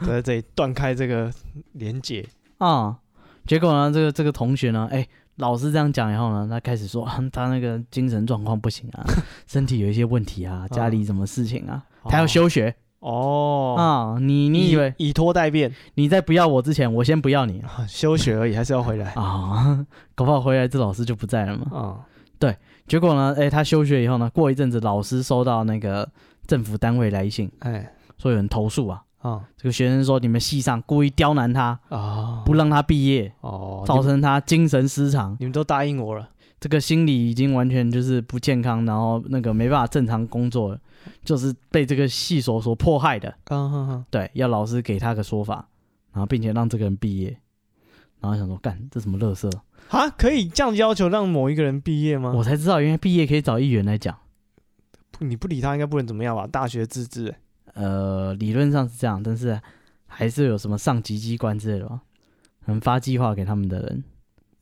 A: 我在这里断开这个连接。
B: 啊、结果呢，这个这个同学呢，哎，老师这样讲以后呢，他开始说、 啊他那个精神状况不行啊，身体有一些问题啊，家里什么事情啊，他要休学啊、
A: 哦。
B: 你你以为
A: 以拖代变，
B: 你在不要我之前，我先不要你啊、啊
A: 啊休学而已，还是要回来
B: 搞不好回来这老师就不在了嘛。
A: 啊？
B: 结果呢，哎，他休学以后呢，过一阵子，老师收到那个政府单位来信，
A: 哎
B: 说有人投诉啊。
A: 啊
B: 这个学生说你们系上故意刁难他，
A: 啊！
B: 不让他毕业，
A: 哦，你
B: 造
A: 们
B: 成他精神失常，
A: 你们都答应我了，
B: 这个心理已经完全就是不健康，然后那个没办法正常工作了，就是被这个系所所迫害的。
A: 嗯哼哼，
B: 对，要老师给他个说法，然后并且让这个人毕业。然后想说，干这什么乐色？
A: 啊，可以这样要求让某一个人毕业吗？
B: 我才知道，原来毕业可以找议员来讲。
A: 不你不理他，应该不能怎么样吧？大学自治，
B: 呃，理论上是这样，但是还是有什么上级机关之类的吧，可能发计划给他们的人。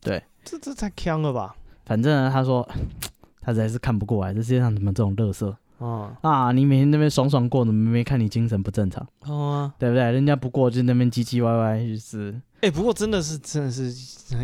A: 这这太坑了吧？
B: 反正呢，他说他实在是看不过来，这世界上怎么这种乐色
A: 啊
B: 啊！你每天那边爽爽过，怎么没看你精神不正常，
A: 哦啊，
B: 对不对？人家不过就那边唧唧歪歪，就是
A: 哎、不过真的是真的是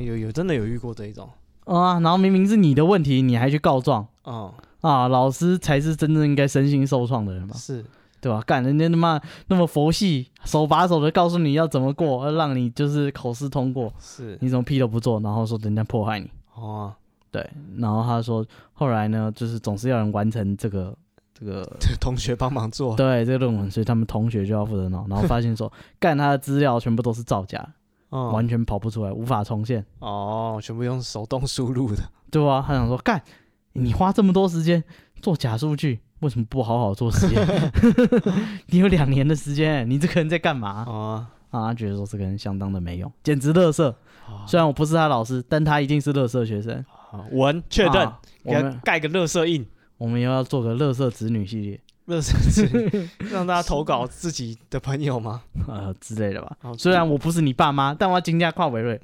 A: 有有真的有遇过这一种，
B: 啊，然后明明是你的问题，你还去告状
A: 嗯，
B: 啊！老师才是真正应该身心受创的人嘛，
A: 是
B: 对吧？干人家他妈那么佛系，手把手的告诉你要怎么过，要让你就是口试通过，
A: 是
B: 你怎么屁都不做，然后说人家迫害你。
A: 哦、
B: 对，然后他说后来呢，就是总是要人完成这个这个
A: 啊，同学帮忙做，
B: 对这个论文，所以他们同学就要负责闹，然后发现说 干他的资料全部都是造假，
A: 嗯
B: 完全跑不出来，无法重现，啊
A: 哦，全部用手动输入的，
B: 对吧、他想说干你花这么多时间做假数据，为什么不好好做实验？ 你有两年的时间，你这个人在干嘛？
A: 哦，
B: 啊，他觉得说这个人相当的没用，简直乐色。
A: 哦
B: 虽然我不是他老师，但他一定是乐色学生。
A: 好文确认，
B: 啊我
A: 给他
B: 们
A: 盖个乐色印，
B: 我们又要做个乐色子女系列，
A: 乐色纸让大家投稿自己的朋友 吗？
B: 呃之类的吧。
A: 哦
B: 虽 然我不是你爸妈，但我要惊讶跨伟瑞，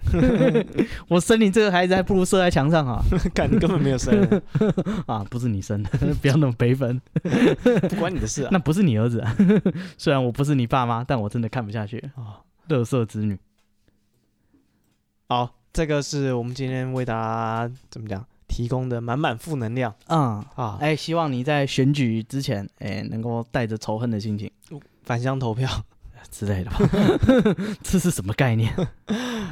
B: 我生你这个孩子还不如射在墙上好
A: 看你根本没有生，
B: 啊！不是你生的， 不要那么悲愤，
A: 不关你的事啊。
B: 那不是你儿子、啊。 虽然我不是你爸妈，但我真的看不下去。
A: 哦
B: 乐色子女，
A: 好，这个是我们今天为大家怎么讲提供的满满负能量
B: 嗯，
A: 啊！
B: 哎、希望你在选举之前，哎、能够带着仇恨的心情
A: 返乡投票。
B: 之类的吧。 这是什么概念？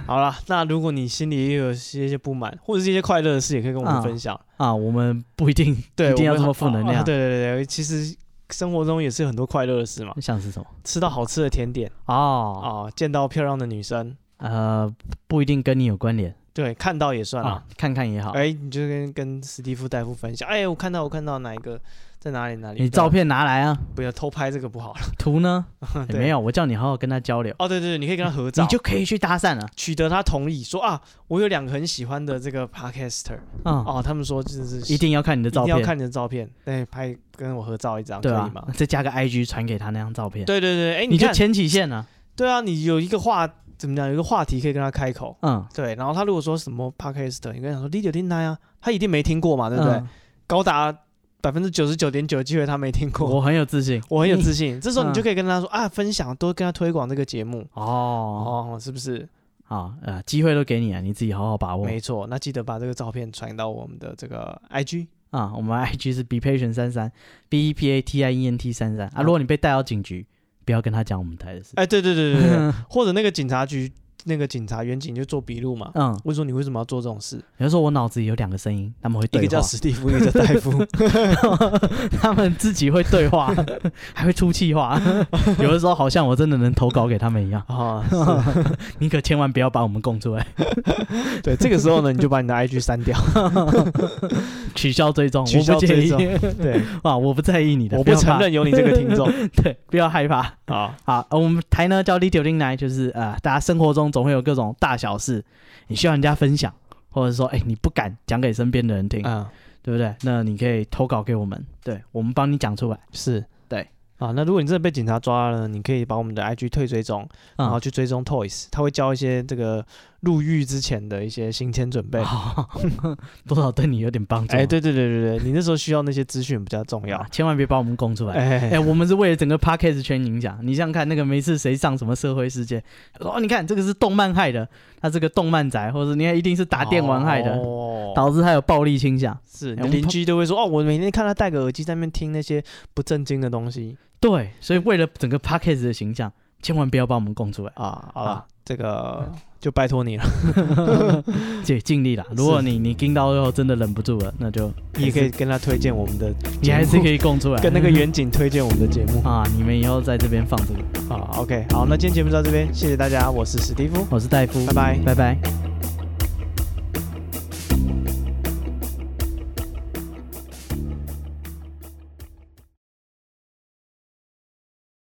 A: 好了，那如果你心里也有一些些不满，或者是一些快乐的事，也可以跟我们
B: 啊
A: 分享。
B: 啊，我们不一定
A: 对，
B: 一定要
A: 我
B: 这
A: 们
B: 么负能量。
A: 啊对对对对，其实生活中也是有很多快乐的事嘛，
B: 像是什么？
A: 吃到好吃的甜点
B: 哦，
A: 啊，见到漂亮的女生，
B: 呃，不一定跟你有关联
A: 对，看到也算了。
B: 啊，看看也好。
A: 哎，你就跟跟史蒂夫大夫分享，哎，我看到我看到哪一个在哪里哪里，
B: 你照片拿来啊，
A: 不要不要偷拍这个不好了。
B: 图呢？哎
A: 对
B: 没有，我叫你好好跟他交流，
A: 哦，对对对，你可以跟他合照，
B: 你就可以去搭讪了。
A: 取得他同意，说啊，我有两个很喜欢的这个 podcaster，
B: 啊，
A: 哦，他们说就是
B: 一定要看你的
A: 一定
B: 照片
A: 要，看你的照片，对，拍跟我合照一张，可
B: 对
A: 以
B: 吧
A: 吗？？
B: 再加个 IG 传给他那张照片，
A: 对对对，哎，
B: 你就
A: 看，
B: 牵起线了。
A: 对啊，你有一个话怎么讲，有一个话题可以跟他开口，
B: 嗯，
A: 对，然后他如果说什么 podcast，你跟他讲说 Lidio d i n a 啊，他一定没听过嘛，对不对？
B: 嗯？
A: 高达百分之九十九点九机会他没听过，
B: 我很有自信。
A: 我很有
B: 你
A: 自信。这时候你
B: 嗯
A: 就可以跟他说、啊，分享多跟他推广这个节目。
B: 哦，
A: 哦，是不是？
B: 好，呃，机会都给你了，你自己好好把握。
A: 没错，那记得把这个照片传到我们的这个 IG。
B: 啊、我们 IG 是 be patient 三三 b e p a t i e n t 三三啊。如果你被带到警局，不要跟他讲我们台的事。
A: 哎，对对对对 对，或者那个警察局那个警察员警就做笔录嘛，
B: 嗯，
A: 问说你为什么要做这种事？
B: 有的时候我脑子里有两个声音，他们会
A: 一
B: 对
A: 个叫
B: 话，
A: 史蒂夫，一个叫戴夫。
B: 他们自己会 对话，还会出气话。有的时候好像我真的能投稿给他们一样。
A: 啊、
B: 你可千万不要把我们供出来，
A: 是对，这个时候呢，你就把你的 IG 删 掉。
B: 取消追踪，
A: 取消
B: 我不介
A: 追
B: 意
A: 踪对，
B: 啊，我不在意你的，
A: 我
B: 要
A: 不承
B: 怕，
A: 认有你这个听众
B: 对，不要害怕。
A: 啊。
B: 好，呃我们台呢叫 Little 零来，就是呃，大家生活中总会有各种大小事，你需要人家分享，或者说，哎、你不敢讲给身边的人听，
A: 嗯，
B: 对不对？那你可以投稿给我们，对我们帮你讲出来。
A: 是，
B: 对。
A: 啊，那如果你真的被警察抓了，你可以把我们的 IG 退追踪，然后
B: 啊、
A: 去追踪 Toys，他会教一些这个入狱之前的一些行前准备。
B: 好， 多少对你有点帮助。
A: 啊哎，对对对对对，你那时候需要那些资讯比较重要
B: 啊，。千万别把我们供出来。哎、
A: 哎，
B: 我们是为了整个 podcast 圈影响。你想想看，那个每次谁上什么社会事件，哦，你看这个是动漫害的，他这个动漫宅，或者你看一定是打电玩害的，
A: 哦
B: 导致他有暴力倾向。
A: 是你
B: 哎
A: 的
B: 我们
A: 邻居都会说哦，我每天看他戴个耳机在那边听那些不正经的东西
B: 对，所以为了整个 podcast 的形象，千万不要把我们供出来，
A: 啊。好了
B: 啊，
A: 这个就拜托你了，
B: 姐尽力啦。如果你你盯到最后真的忍不住了，那就
A: 你也可以跟他推荐我们的节目，
B: 你还是可以供出 来，
A: 跟那 个远景推荐我们的节目
B: 啊，你们以后在这边放这个。
A: 啊。OK，好，那今天节目就到这边，谢谢大家，我是史蒂夫，
B: 我是戴夫，
A: 拜拜。
B: 拜拜。